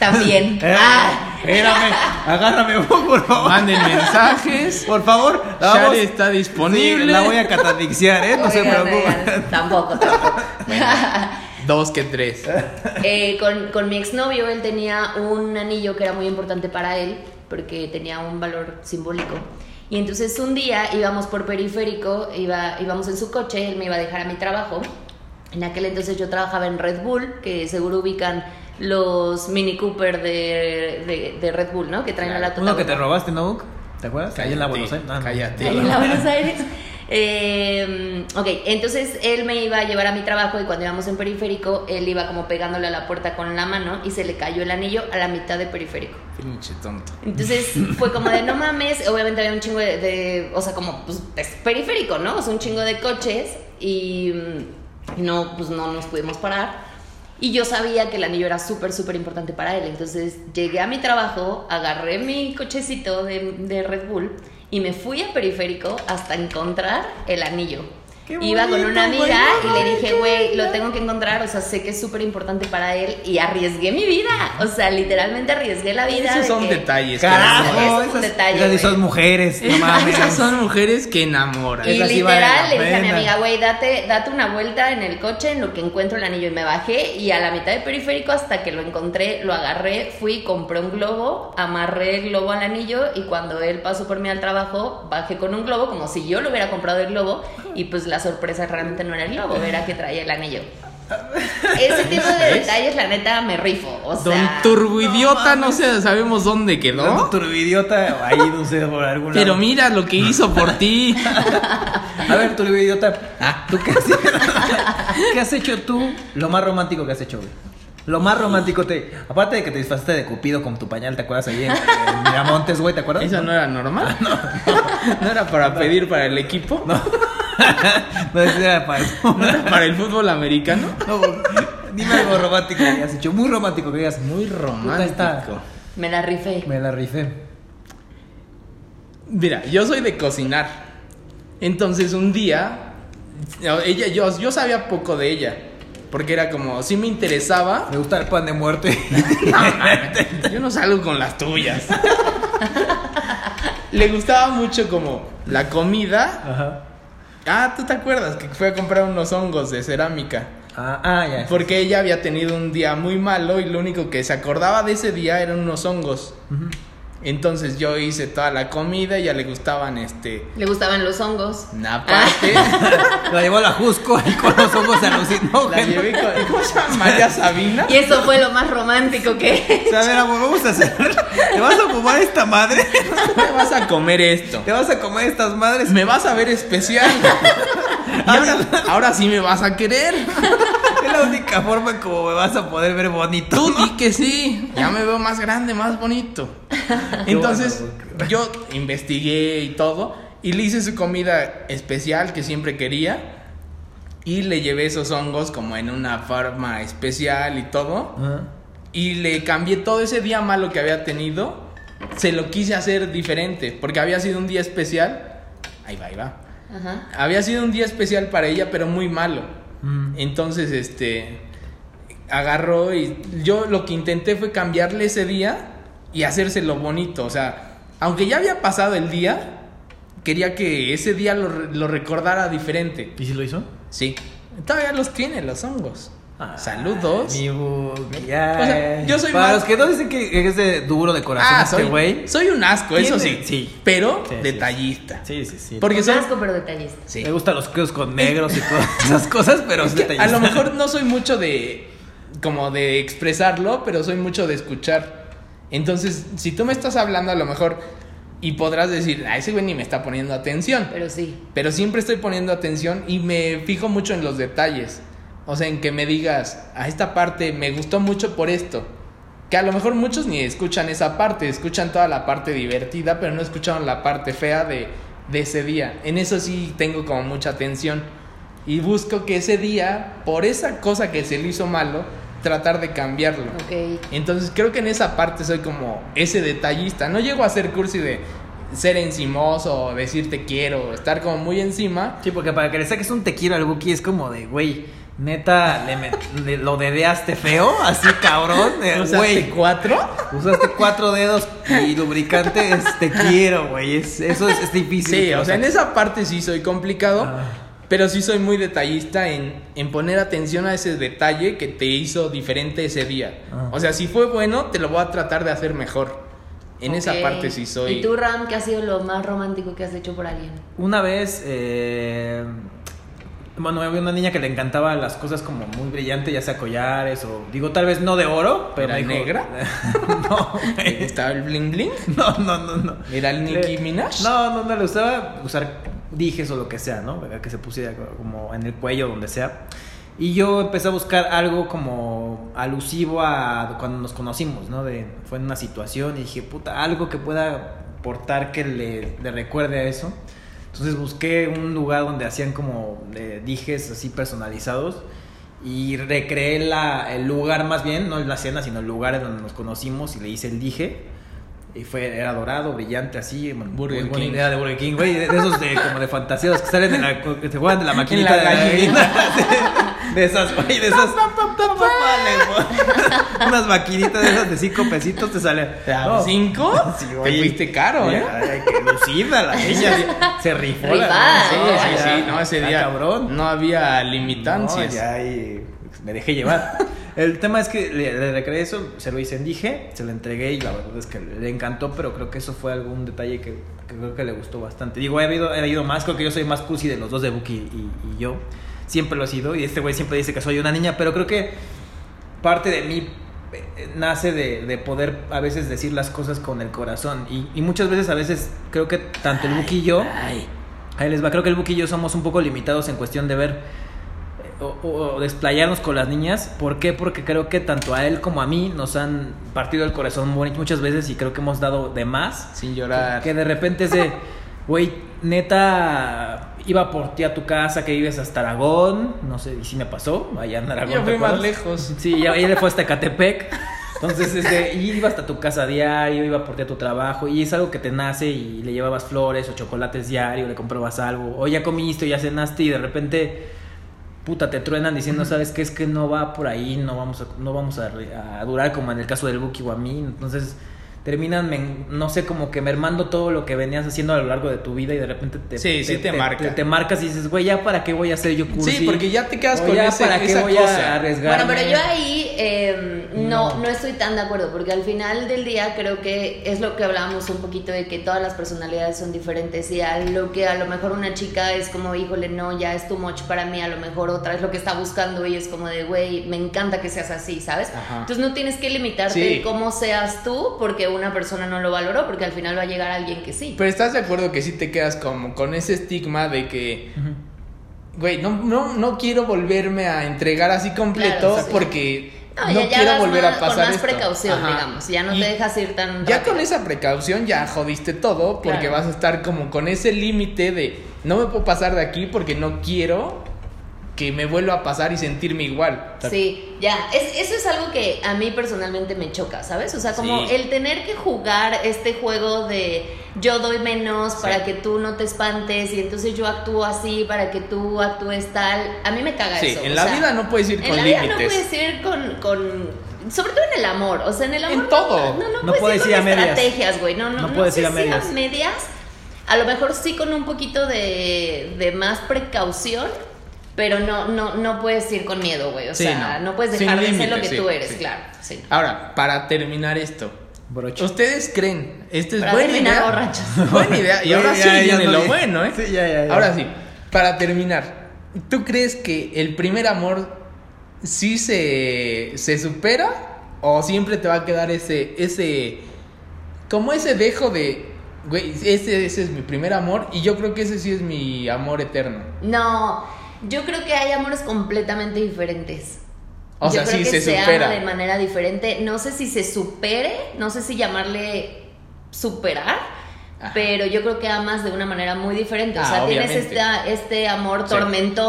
Speaker 3: También.
Speaker 1: [LAUGHS] Eh, [LAUGHS]
Speaker 3: Ah,
Speaker 1: Espérame, agárrame, por favor.
Speaker 2: Manden mensajes.
Speaker 1: Por favor, la
Speaker 2: Shari
Speaker 1: vamos-
Speaker 2: está disponible.
Speaker 1: Sí, la voy a catadixear, ¿eh? No se
Speaker 3: oigan,
Speaker 1: preocupen.
Speaker 3: oigan, Tampoco, tampoco.
Speaker 2: Dos
Speaker 1: [LAUGHS]
Speaker 2: que tres.
Speaker 3: Eh, con, con mi exnovio, él tenía un anillo que era muy importante para él, porque tenía un valor simbólico. Y entonces un día íbamos por periférico, iba, íbamos en su coche, él me iba a dejar a mi trabajo. En aquel entonces yo trabajaba en Red Bull, que seguro ubican los Mini Cooper de, de- de Red Bull, ¿no? Que traen
Speaker 2: Claro,
Speaker 3: a la
Speaker 1: Uno que te robaste, ¿no? Buck? ¿Te acuerdas? Ahí en la
Speaker 2: Cállate,
Speaker 1: Buenos Aires. Ah, no.
Speaker 2: cállate.
Speaker 3: Ahí en la Buenos Aires. Eh, ok, entonces él me iba a llevar a mi trabajo y cuando íbamos en periférico, él iba como pegándole a la puerta con la mano y se le cayó el anillo a la mitad de periférico.
Speaker 2: Pinche tonto.
Speaker 3: Entonces fue como de no mames, obviamente había un chingo de, de- o sea, como pues es periférico, ¿no? O sea, un chingo de coches y mm, no, pues no nos pudimos parar. Y yo sabía que el anillo era súper, súper importante para él. Entonces llegué a mi trabajo, agarré mi cochecito de, de Red Bull y me fui a periférico hasta encontrar el anillo.
Speaker 1: ¡Qué
Speaker 3: Iba con
Speaker 1: bonito,
Speaker 3: una
Speaker 1: güey!
Speaker 3: amiga y
Speaker 1: ¡Ay,
Speaker 3: le dije,
Speaker 1: qué
Speaker 3: güey, lo
Speaker 1: lindo!
Speaker 3: tengo que encontrar, o sea, sé que es súper importante para él y arriesgué mi vida. O sea, literalmente arriesgué la vida.
Speaker 2: Esos
Speaker 3: de
Speaker 2: son
Speaker 3: que-
Speaker 2: detalles.
Speaker 3: Carajo.
Speaker 2: cabrón.
Speaker 1: Carajo,
Speaker 3: es un
Speaker 1: esas,
Speaker 3: detalle,
Speaker 1: esas sí
Speaker 3: güey.
Speaker 1: son mujeres, no mames.
Speaker 2: [LAUGHS] Esas son mujeres que enamoran.
Speaker 3: Y
Speaker 1: Esa sí vale
Speaker 3: literal
Speaker 1: la
Speaker 3: le dije a mi
Speaker 1: pena.
Speaker 3: amiga, güey, date, date una vuelta en el coche en lo que encuentro el anillo. Y me bajé y a la mitad de periférico hasta que lo encontré, lo agarré, fui, compré un globo, amarré el globo al anillo y cuando él pasó por mí al trabajo, bajé con un globo como si yo lo hubiera comprado el globo y pues la sorpresa realmente no era el globo, era que traía el anillo. Ese tipo de detalles, la neta, me rifo. O sea,
Speaker 2: Don Turboidiota, no, sé, sabemos dónde quedó.
Speaker 1: ¿No? Turbidiota, ahí no sé, por algún lado.
Speaker 2: Pero mira lo que hizo por ti.
Speaker 1: A ver, turbidiota, ¿tú qué has, qué has hecho tú? Lo más romántico que has hecho, güey. Lo más romántico te... Aparte de que te disfrazaste de cupido con tu pañal, ¿te acuerdas ahí en, en Miramontes, güey? ¿Te acuerdas?
Speaker 2: [LAUGHS] ¿Eso [LAUGHS] no era normal? ¿No era para pedir para el equipo? ¿No,
Speaker 1: [LAUGHS] No, ese era para eso.
Speaker 2: era para el fútbol americano?
Speaker 1: No, güey. dime algo romántico que hayas hecho. Muy romántico que digas.
Speaker 2: Muy
Speaker 1: Puta, esta-
Speaker 2: romántico.
Speaker 3: me la rifé.
Speaker 1: Me la rifé.
Speaker 2: Mira, yo soy de cocinar. Entonces un día, ella, yo, yo sabía poco de ella. Porque era como, sí me interesaba.
Speaker 1: Me gusta el pan de muerto.
Speaker 2: Yo no salgo con las tuyas. Le gustaba mucho como la comida.
Speaker 1: [LAUGHS] Ajá.
Speaker 2: Ah, ¿tú te acuerdas que fue a comprar unos hongos de cerámica?
Speaker 1: Ah, ah, ya.
Speaker 2: Porque ella había tenido un día muy malo y lo único que se acordaba de ese día eran unos hongos.
Speaker 1: Ujú.
Speaker 2: Entonces yo hice toda la comida, ya le gustaban este
Speaker 3: Le gustaban los hongos.
Speaker 2: una parte.
Speaker 1: La llevó a la Jusco y con los ojos
Speaker 2: [LAUGHS] La
Speaker 1: alucinógenos.
Speaker 2: llevé con ¿cómo se llama? María Sabina.
Speaker 3: Y eso fue lo más romántico que...
Speaker 1: O sea, a ver, amor, vamos a hacer. ¿Te vas a fumar esta madre?
Speaker 2: Me vas a comer esto.
Speaker 1: ¿Te vas a comer estas madres?
Speaker 2: Me vas a ver [LAUGHS] especial. Y ahora, ahora sí me vas a querer.
Speaker 1: Es la única forma en como me vas a poder ver bonito.
Speaker 2: Tú di que sí. Ya me veo más grande, más bonito. Entonces
Speaker 1: bueno.
Speaker 2: yo investigué y todo. Y le hice su comida especial que siempre quería. Y le llevé esos hongos como en una forma especial y todo.
Speaker 1: Ah.
Speaker 2: Y le cambié todo ese día malo que había tenido. Se lo quise hacer diferente. Porque había sido un día especial. Ahí va, ahí va.
Speaker 3: Ajá.
Speaker 2: Había sido un día especial para ella, pero muy malo.
Speaker 1: Mm.
Speaker 2: Entonces, este. Agarró y yo lo que intenté fue cambiarle ese día y hacérselo bonito. O sea, aunque ya había pasado el día, quería que ese día lo, re- lo recordara diferente.
Speaker 1: ¿Y si lo hizo?
Speaker 2: Sí. Todavía los tiene, los hongos. Saludos. Ah,
Speaker 1: Ay, Ah, mi Buki, ay.
Speaker 2: O sea, yo soy
Speaker 1: Para
Speaker 2: más-
Speaker 1: los que no dicen que es de duro de corazón
Speaker 2: Ah,
Speaker 1: este
Speaker 2: soy,
Speaker 1: güey.
Speaker 2: soy un asco, eso sí.
Speaker 1: Tiene- sí.
Speaker 2: Pero
Speaker 1: Sí, sí,
Speaker 2: detallista.
Speaker 1: Sí, sí, sí.
Speaker 2: Porque
Speaker 3: [LAUGHS] Con
Speaker 2: soy.
Speaker 3: asco, pero detallista.
Speaker 2: Sí. [LAUGHS]
Speaker 1: Me gustan los críos con negros y todas esas cosas, pero
Speaker 2: Es
Speaker 1: sí
Speaker 2: que
Speaker 1: te
Speaker 2: a lo
Speaker 1: ayudan.
Speaker 2: mejor no soy mucho de como de expresarlo, pero soy mucho de escuchar. Entonces, si tú me estás hablando a lo mejor y podrás decir, a ese güey ni me está poniendo atención,
Speaker 3: Pero sí.
Speaker 2: pero siempre estoy poniendo atención y me fijo mucho en los detalles. O sea, en que me digas, a esta parte me gustó mucho por esto. Que a lo mejor muchos ni escuchan esa parte, escuchan toda la parte divertida, pero no escucharon la parte fea de, de ese día. En eso sí tengo como mucha atención. Y busco que ese día, por esa cosa que se le hizo malo, tratar de cambiarlo.
Speaker 3: Ok.
Speaker 2: Entonces creo que en esa parte soy como ese detallista. No llego a ser cursi de ser encimoso, o decir te quiero, estar como muy encima.
Speaker 1: Sí, porque para que le saques un te quiero al Buki es como de, güey, neta, le met- le- lo dedeaste feo, así cabrón, eh,
Speaker 2: ¿Usaste
Speaker 1: güey.
Speaker 2: cuatro?
Speaker 1: Usaste cuatro dedos y lubricante, es te quiero, güey. es- eso es, es difícil.
Speaker 2: Sí, o sea, en esa parte sí soy complicado,
Speaker 1: Ah.
Speaker 2: pero sí soy muy detallista en, en poner atención a ese detalle que te hizo diferente ese día.
Speaker 1: Ah.
Speaker 2: O sea, si fue bueno, te lo voy a tratar de hacer mejor. En esa
Speaker 3: Ok.
Speaker 2: parte sí soy...
Speaker 3: ¿Y tú, Ram, qué ha sido lo más romántico que has hecho por alguien?
Speaker 1: Una vez, eh, bueno, había una niña que le encantaba las cosas como muy brillantes, ya sea collares o, digo, tal vez no de oro, pero
Speaker 2: ¿Era
Speaker 1: me dijo-
Speaker 2: negra?
Speaker 1: [LAUGHS] no,
Speaker 2: ¿Te
Speaker 1: güey.
Speaker 2: gustaba el bling bling?
Speaker 1: no, no, no, no.
Speaker 2: ¿Era el Nicki
Speaker 1: Le-
Speaker 2: Minaj?
Speaker 1: No, no, no, le gustaba usar dijes o lo que sea, ¿no? Que se pusiera como en el cuello, donde sea. Y yo empecé a buscar algo como alusivo a cuando nos conocimos, ¿no? De, fue en una situación y dije, puta, algo que pueda aportar que le, le recuerde a eso. Entonces busqué un lugar donde hacían como eh, dijes así personalizados y recreé la, el lugar más bien, no la cena, sino el lugar en donde nos conocimos y le hice el dije. Y fue, era dorado, brillante, así. bueno,
Speaker 2: Burger
Speaker 1: muy buena
Speaker 2: King.
Speaker 1: idea de Burger King, güey. De, de esos de, como de fantasía, los que salen de la, que se juegan de la maquinita
Speaker 2: la
Speaker 1: de la
Speaker 2: gallina.
Speaker 1: gallina. [LAUGHS] De, de esas, güey, de esas. Le pon- [LAUGHS] Unas maquinitas de esas de cinco pesitos te sale.
Speaker 2: ¿A ¿Cinco?
Speaker 1: [LAUGHS] Sí,
Speaker 2: Te
Speaker 1: güey.
Speaker 2: fuiste caro, ¿eh?
Speaker 1: Ay, qué lucida
Speaker 2: [LAUGHS]
Speaker 1: la niña. Se rifó. la
Speaker 3: Rifada.
Speaker 1: niña,
Speaker 2: Sí, sí,
Speaker 3: No,
Speaker 1: ya.
Speaker 2: sí, no, ese
Speaker 1: Está Ah,
Speaker 2: día Mm,
Speaker 1: cabrón.
Speaker 2: no había
Speaker 1: No,
Speaker 2: limitancias.
Speaker 1: ya, y me dejé
Speaker 2: [LAUGHS]
Speaker 1: llevar. El tema es que le, le recreé eso, se lo hice en dije, se lo entregué y la verdad es que le encantó, pero creo que eso fue algún detalle que, que creo que le gustó bastante. Digo, he habido, he habido más, creo que yo soy más pussy de los dos de Buki y, y yo. Siempre lo he sido y este güey siempre dice que soy una niña, pero creo que parte de mí eh, nace de, de poder a veces decir las cosas con el corazón y, y muchas veces a veces creo que tanto el Buki y yo...
Speaker 2: Ay,
Speaker 1: Ahí les va, creo que el Buki y yo somos un poco limitados en cuestión de ver eh, o, o- o desplayarnos con las niñas. ¿Por qué? Porque creo que tanto a él como a mí nos han partido el corazón bonito muchas veces y creo que hemos dado de más.
Speaker 2: sin llorar.
Speaker 1: Que de repente es de, güey, neta, iba por ti a tu casa que vives hasta Aragón. No sé, y si me pasó, allá en Aragón.
Speaker 2: Yo
Speaker 1: ¿te
Speaker 2: fui más
Speaker 1: acuerdas?
Speaker 2: lejos.
Speaker 1: Sí, ya, ella fue hasta Catepec. Entonces, este, iba hasta tu casa diario, iba por ti a tu trabajo, y es algo que te nace y le llevabas flores o chocolates diario, le comprabas algo, o ya comiste o ya cenaste y de repente, puta, te truenan diciendo, ¿sabes qué? Es que no va por ahí, no vamos a, no vamos a, re- a durar como en el caso del Buki o a mí. Entonces, terminan, men- no sé, como que mermando todo lo que venías haciendo a lo largo de tu vida y de repente te,
Speaker 2: Sí, sí te marca.
Speaker 1: Te, te marcas y dices, güey, ¿ya para qué voy a hacer yo cursi?
Speaker 2: Sí, porque ya te quedas
Speaker 1: O
Speaker 2: con
Speaker 1: ya
Speaker 2: ese-
Speaker 1: para qué
Speaker 2: esa
Speaker 1: voy
Speaker 2: cosa.
Speaker 1: a arriesgarme.
Speaker 3: Bueno, pero yo ahí eh,
Speaker 2: Mm.
Speaker 3: no,
Speaker 1: No.
Speaker 3: no estoy tan de acuerdo, porque al final del día creo que es lo que hablábamos un poquito de que todas las personalidades son diferentes y a lo que a lo mejor una chica es como, híjole, no, ya es too much para mí, a lo mejor otra es lo que está buscando y es como de, güey, me encanta que seas así, ¿sabes?
Speaker 2: Ajá.
Speaker 3: Entonces no tienes que limitarte
Speaker 2: Sí.
Speaker 3: en cómo seas tú porque una persona no lo valoró, porque al final va a llegar alguien que sí.
Speaker 2: Pero estás de acuerdo que sí te quedas como con ese estigma de que, güey, no, no, no quiero volverme a entregar así completo
Speaker 3: Claro, sí.
Speaker 2: porque
Speaker 3: No,
Speaker 2: no,
Speaker 3: ya- ya
Speaker 2: quiero
Speaker 3: vas
Speaker 2: volver
Speaker 3: más-
Speaker 2: a
Speaker 3: con
Speaker 2: pasar
Speaker 3: más
Speaker 2: esto.
Speaker 3: precaución,
Speaker 2: Ajá.
Speaker 3: digamos, ya no
Speaker 2: Y
Speaker 3: te dejas ir tan
Speaker 2: Ya
Speaker 3: rápido.
Speaker 2: con esa precaución ya jodiste todo porque
Speaker 3: Claro.
Speaker 2: vas a estar como con ese límite de no me puedo pasar de aquí porque no quiero que me vuelva a pasar y sentirme igual.
Speaker 3: Sí, ya. Es- eso es algo que a mí personalmente me choca, ¿sabes? O sea, como
Speaker 2: Sí.
Speaker 3: el tener que jugar este juego de yo doy menos para que tú no te espantes y entonces yo actúo así para que tú actúes tal. A mí me caga
Speaker 2: Sí,
Speaker 3: eso.
Speaker 2: en
Speaker 3: o
Speaker 2: la
Speaker 3: sea,
Speaker 2: vida no puedes ir
Speaker 3: en
Speaker 2: con
Speaker 3: la vida no
Speaker 2: límites.
Speaker 3: puedes ir con, con- Sobre todo en el amor. O sea, en el amor.
Speaker 2: En
Speaker 3: no-
Speaker 2: todo.
Speaker 3: No, no,
Speaker 1: No
Speaker 3: puedes ir,
Speaker 1: puedes ir a
Speaker 3: con
Speaker 1: medias.
Speaker 3: estrategias, güey. No, no,
Speaker 1: No
Speaker 3: no
Speaker 1: puedes
Speaker 3: sé
Speaker 1: ir a
Speaker 3: si
Speaker 1: medias.
Speaker 3: medias. A lo mejor sí con un poquito de, de más precaución, pero no, no, no puedes ir con miedo, güey. O
Speaker 2: Sí,
Speaker 3: sea, no.
Speaker 2: no.
Speaker 3: puedes
Speaker 2: Sin
Speaker 3: dejar de ser lo que
Speaker 2: límites, sí,
Speaker 3: tú eres,
Speaker 2: sí.
Speaker 3: claro. Sí.
Speaker 2: Ahora, para terminar esto,
Speaker 1: Broche.
Speaker 2: ¿ustedes creen? Esto es
Speaker 3: Para
Speaker 2: buena
Speaker 3: terminar
Speaker 2: idea.
Speaker 3: borrachos.
Speaker 2: Buena idea. Y
Speaker 1: Ya,
Speaker 2: ahora
Speaker 1: [LAUGHS] ya,
Speaker 2: sí
Speaker 1: ya
Speaker 2: viene
Speaker 1: no
Speaker 2: lo
Speaker 1: vi.
Speaker 2: bueno, ¿eh?
Speaker 1: Sí, ya, ya, ya.
Speaker 2: Ahora sí, para terminar, ¿tú crees que el primer amor sí se, se supera o siempre te va a quedar ese, ese, como ese dejo de, güey, ese, ese es mi primer amor y yo creo que ese sí es mi amor eterno.
Speaker 3: No, yo creo que hay amores completamente diferentes.
Speaker 2: O sea,
Speaker 3: yo creo
Speaker 2: sí,
Speaker 3: que
Speaker 2: se
Speaker 3: ama
Speaker 2: supera.
Speaker 3: de manera diferente. No sé si se supere, no sé si llamarle superar,
Speaker 2: Ajá.
Speaker 3: pero yo creo que amas de una manera muy diferente. o
Speaker 2: Ah,
Speaker 3: sea, tienes
Speaker 2: obviamente.
Speaker 3: esta- este amor
Speaker 2: Sí.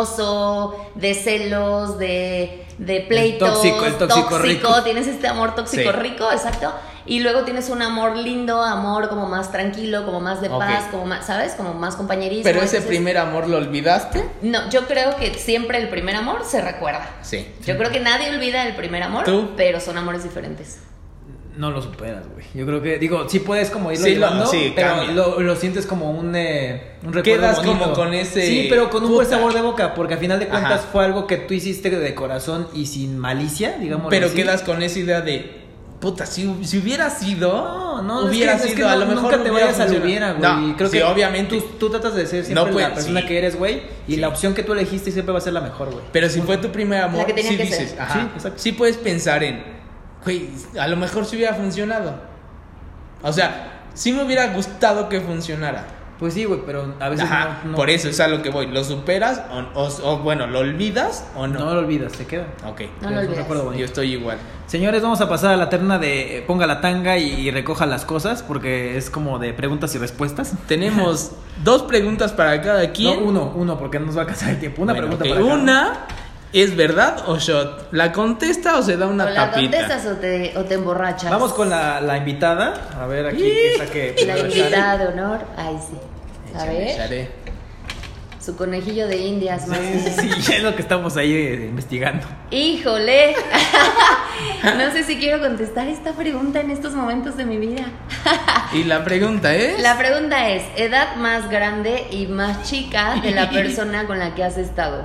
Speaker 3: tormentoso, de celos, de, de pleitos.
Speaker 1: tóxico, el tóxico rico.
Speaker 3: Tienes este amor tóxico
Speaker 2: Sí.
Speaker 3: rico, exacto. Y luego tienes un amor lindo, amor como más tranquilo, como más de
Speaker 2: Ok.
Speaker 3: paz, como más, ¿sabes? Como más compañerismo.
Speaker 2: Pero ese
Speaker 3: Entonces,
Speaker 2: primer amor lo olvidaste.
Speaker 3: No, yo creo que siempre el primer amor se recuerda.
Speaker 2: Sí.
Speaker 3: Yo creo que nadie olvida el primer amor,
Speaker 2: ¿Tú?
Speaker 3: pero son amores diferentes.
Speaker 1: No lo superas, güey. Yo creo que, digo, sí puedes como irlo
Speaker 2: Sí, lo-
Speaker 1: llevando,
Speaker 2: sí,
Speaker 1: pero
Speaker 2: cambia.
Speaker 1: lo, lo sientes como un, eh, un recuerdo
Speaker 2: Quedas
Speaker 1: bonito.
Speaker 2: como con ese-
Speaker 1: Sí, pero con un
Speaker 2: Puta.
Speaker 1: buen sabor de boca, porque al final de cuentas
Speaker 2: Ajá.
Speaker 1: fue algo que tú hiciste de corazón y sin malicia, digamos
Speaker 2: Pero quedas con esa idea de, puta, si, si hubiera sido,
Speaker 1: No, no, es
Speaker 2: hubiera
Speaker 1: que- es
Speaker 2: sido,
Speaker 1: que
Speaker 2: a
Speaker 1: no-
Speaker 2: lo mejor
Speaker 1: nunca te
Speaker 2: hubiera
Speaker 1: vayas al
Speaker 2: funcionado".
Speaker 1: hubiera, güey.
Speaker 2: No,
Speaker 1: Creo
Speaker 2: sí,
Speaker 1: que
Speaker 2: obviamente.
Speaker 1: tú, tú tratas de ser siempre
Speaker 2: No puede-
Speaker 1: la persona
Speaker 2: sí.
Speaker 1: que eres, güey, y
Speaker 2: Sí.
Speaker 1: la opción que tú elegiste siempre va a ser la mejor, güey.
Speaker 2: Pero si fue tu primer amor,
Speaker 3: La que tenía
Speaker 2: sí
Speaker 3: que ser.
Speaker 2: dices, ajá,
Speaker 1: Sí, exacto.
Speaker 2: sí puedes pensar en, güey, a lo mejor sí hubiera funcionado. O sea, sí me hubiera gustado que funcionara.
Speaker 1: Pues sí, güey, pero a veces
Speaker 2: Ajá,
Speaker 1: no, no-
Speaker 2: por eso es a lo que voy. ¿Lo superas o, o- o, bueno, lo olvidas o
Speaker 1: no
Speaker 2: no?
Speaker 1: lo olvidas, se queda.
Speaker 2: Ok,
Speaker 3: No
Speaker 1: Es
Speaker 3: lo
Speaker 1: un
Speaker 3: olvidas.
Speaker 1: recuerdo bonito.
Speaker 2: yo estoy igual.
Speaker 1: Señores, vamos a pasar a la terna de eh, ponga la tanga y recoja las cosas, porque es como de preguntas y respuestas.
Speaker 2: Tenemos [LAUGHS] dos preguntas para cada quien.
Speaker 1: No, uno, uno, porque no nos va a alcanzar el tiempo. Una
Speaker 2: Bueno,
Speaker 1: pregunta
Speaker 2: ok,
Speaker 1: para cada uno.
Speaker 2: Una es verdad o shot. ¿La contesta o se da una
Speaker 3: o la
Speaker 2: tapita?
Speaker 3: contestas o te, o te emborrachas.
Speaker 1: Vamos con la, la invitada. A ver, aquí que
Speaker 2: Y-
Speaker 1: saque.
Speaker 3: La invitada de honor. Ahí sí. A
Speaker 2: Échale,
Speaker 3: ver,
Speaker 2: échale.
Speaker 3: su conejillo de indias más.
Speaker 1: Sí, sí, sí, es lo que estamos ahí eh, investigando.
Speaker 3: [LAUGHS]
Speaker 1: [LAUGHS]
Speaker 3: ¡Híjole! no sé si quiero contestar esta pregunta en estos momentos de mi vida.
Speaker 2: Y la pregunta
Speaker 1: Pues.
Speaker 2: es...
Speaker 3: Ah. La pregunta es, ¿edad más grande y más chica
Speaker 1: [LAUGHS]
Speaker 3: de la persona con la que has estado?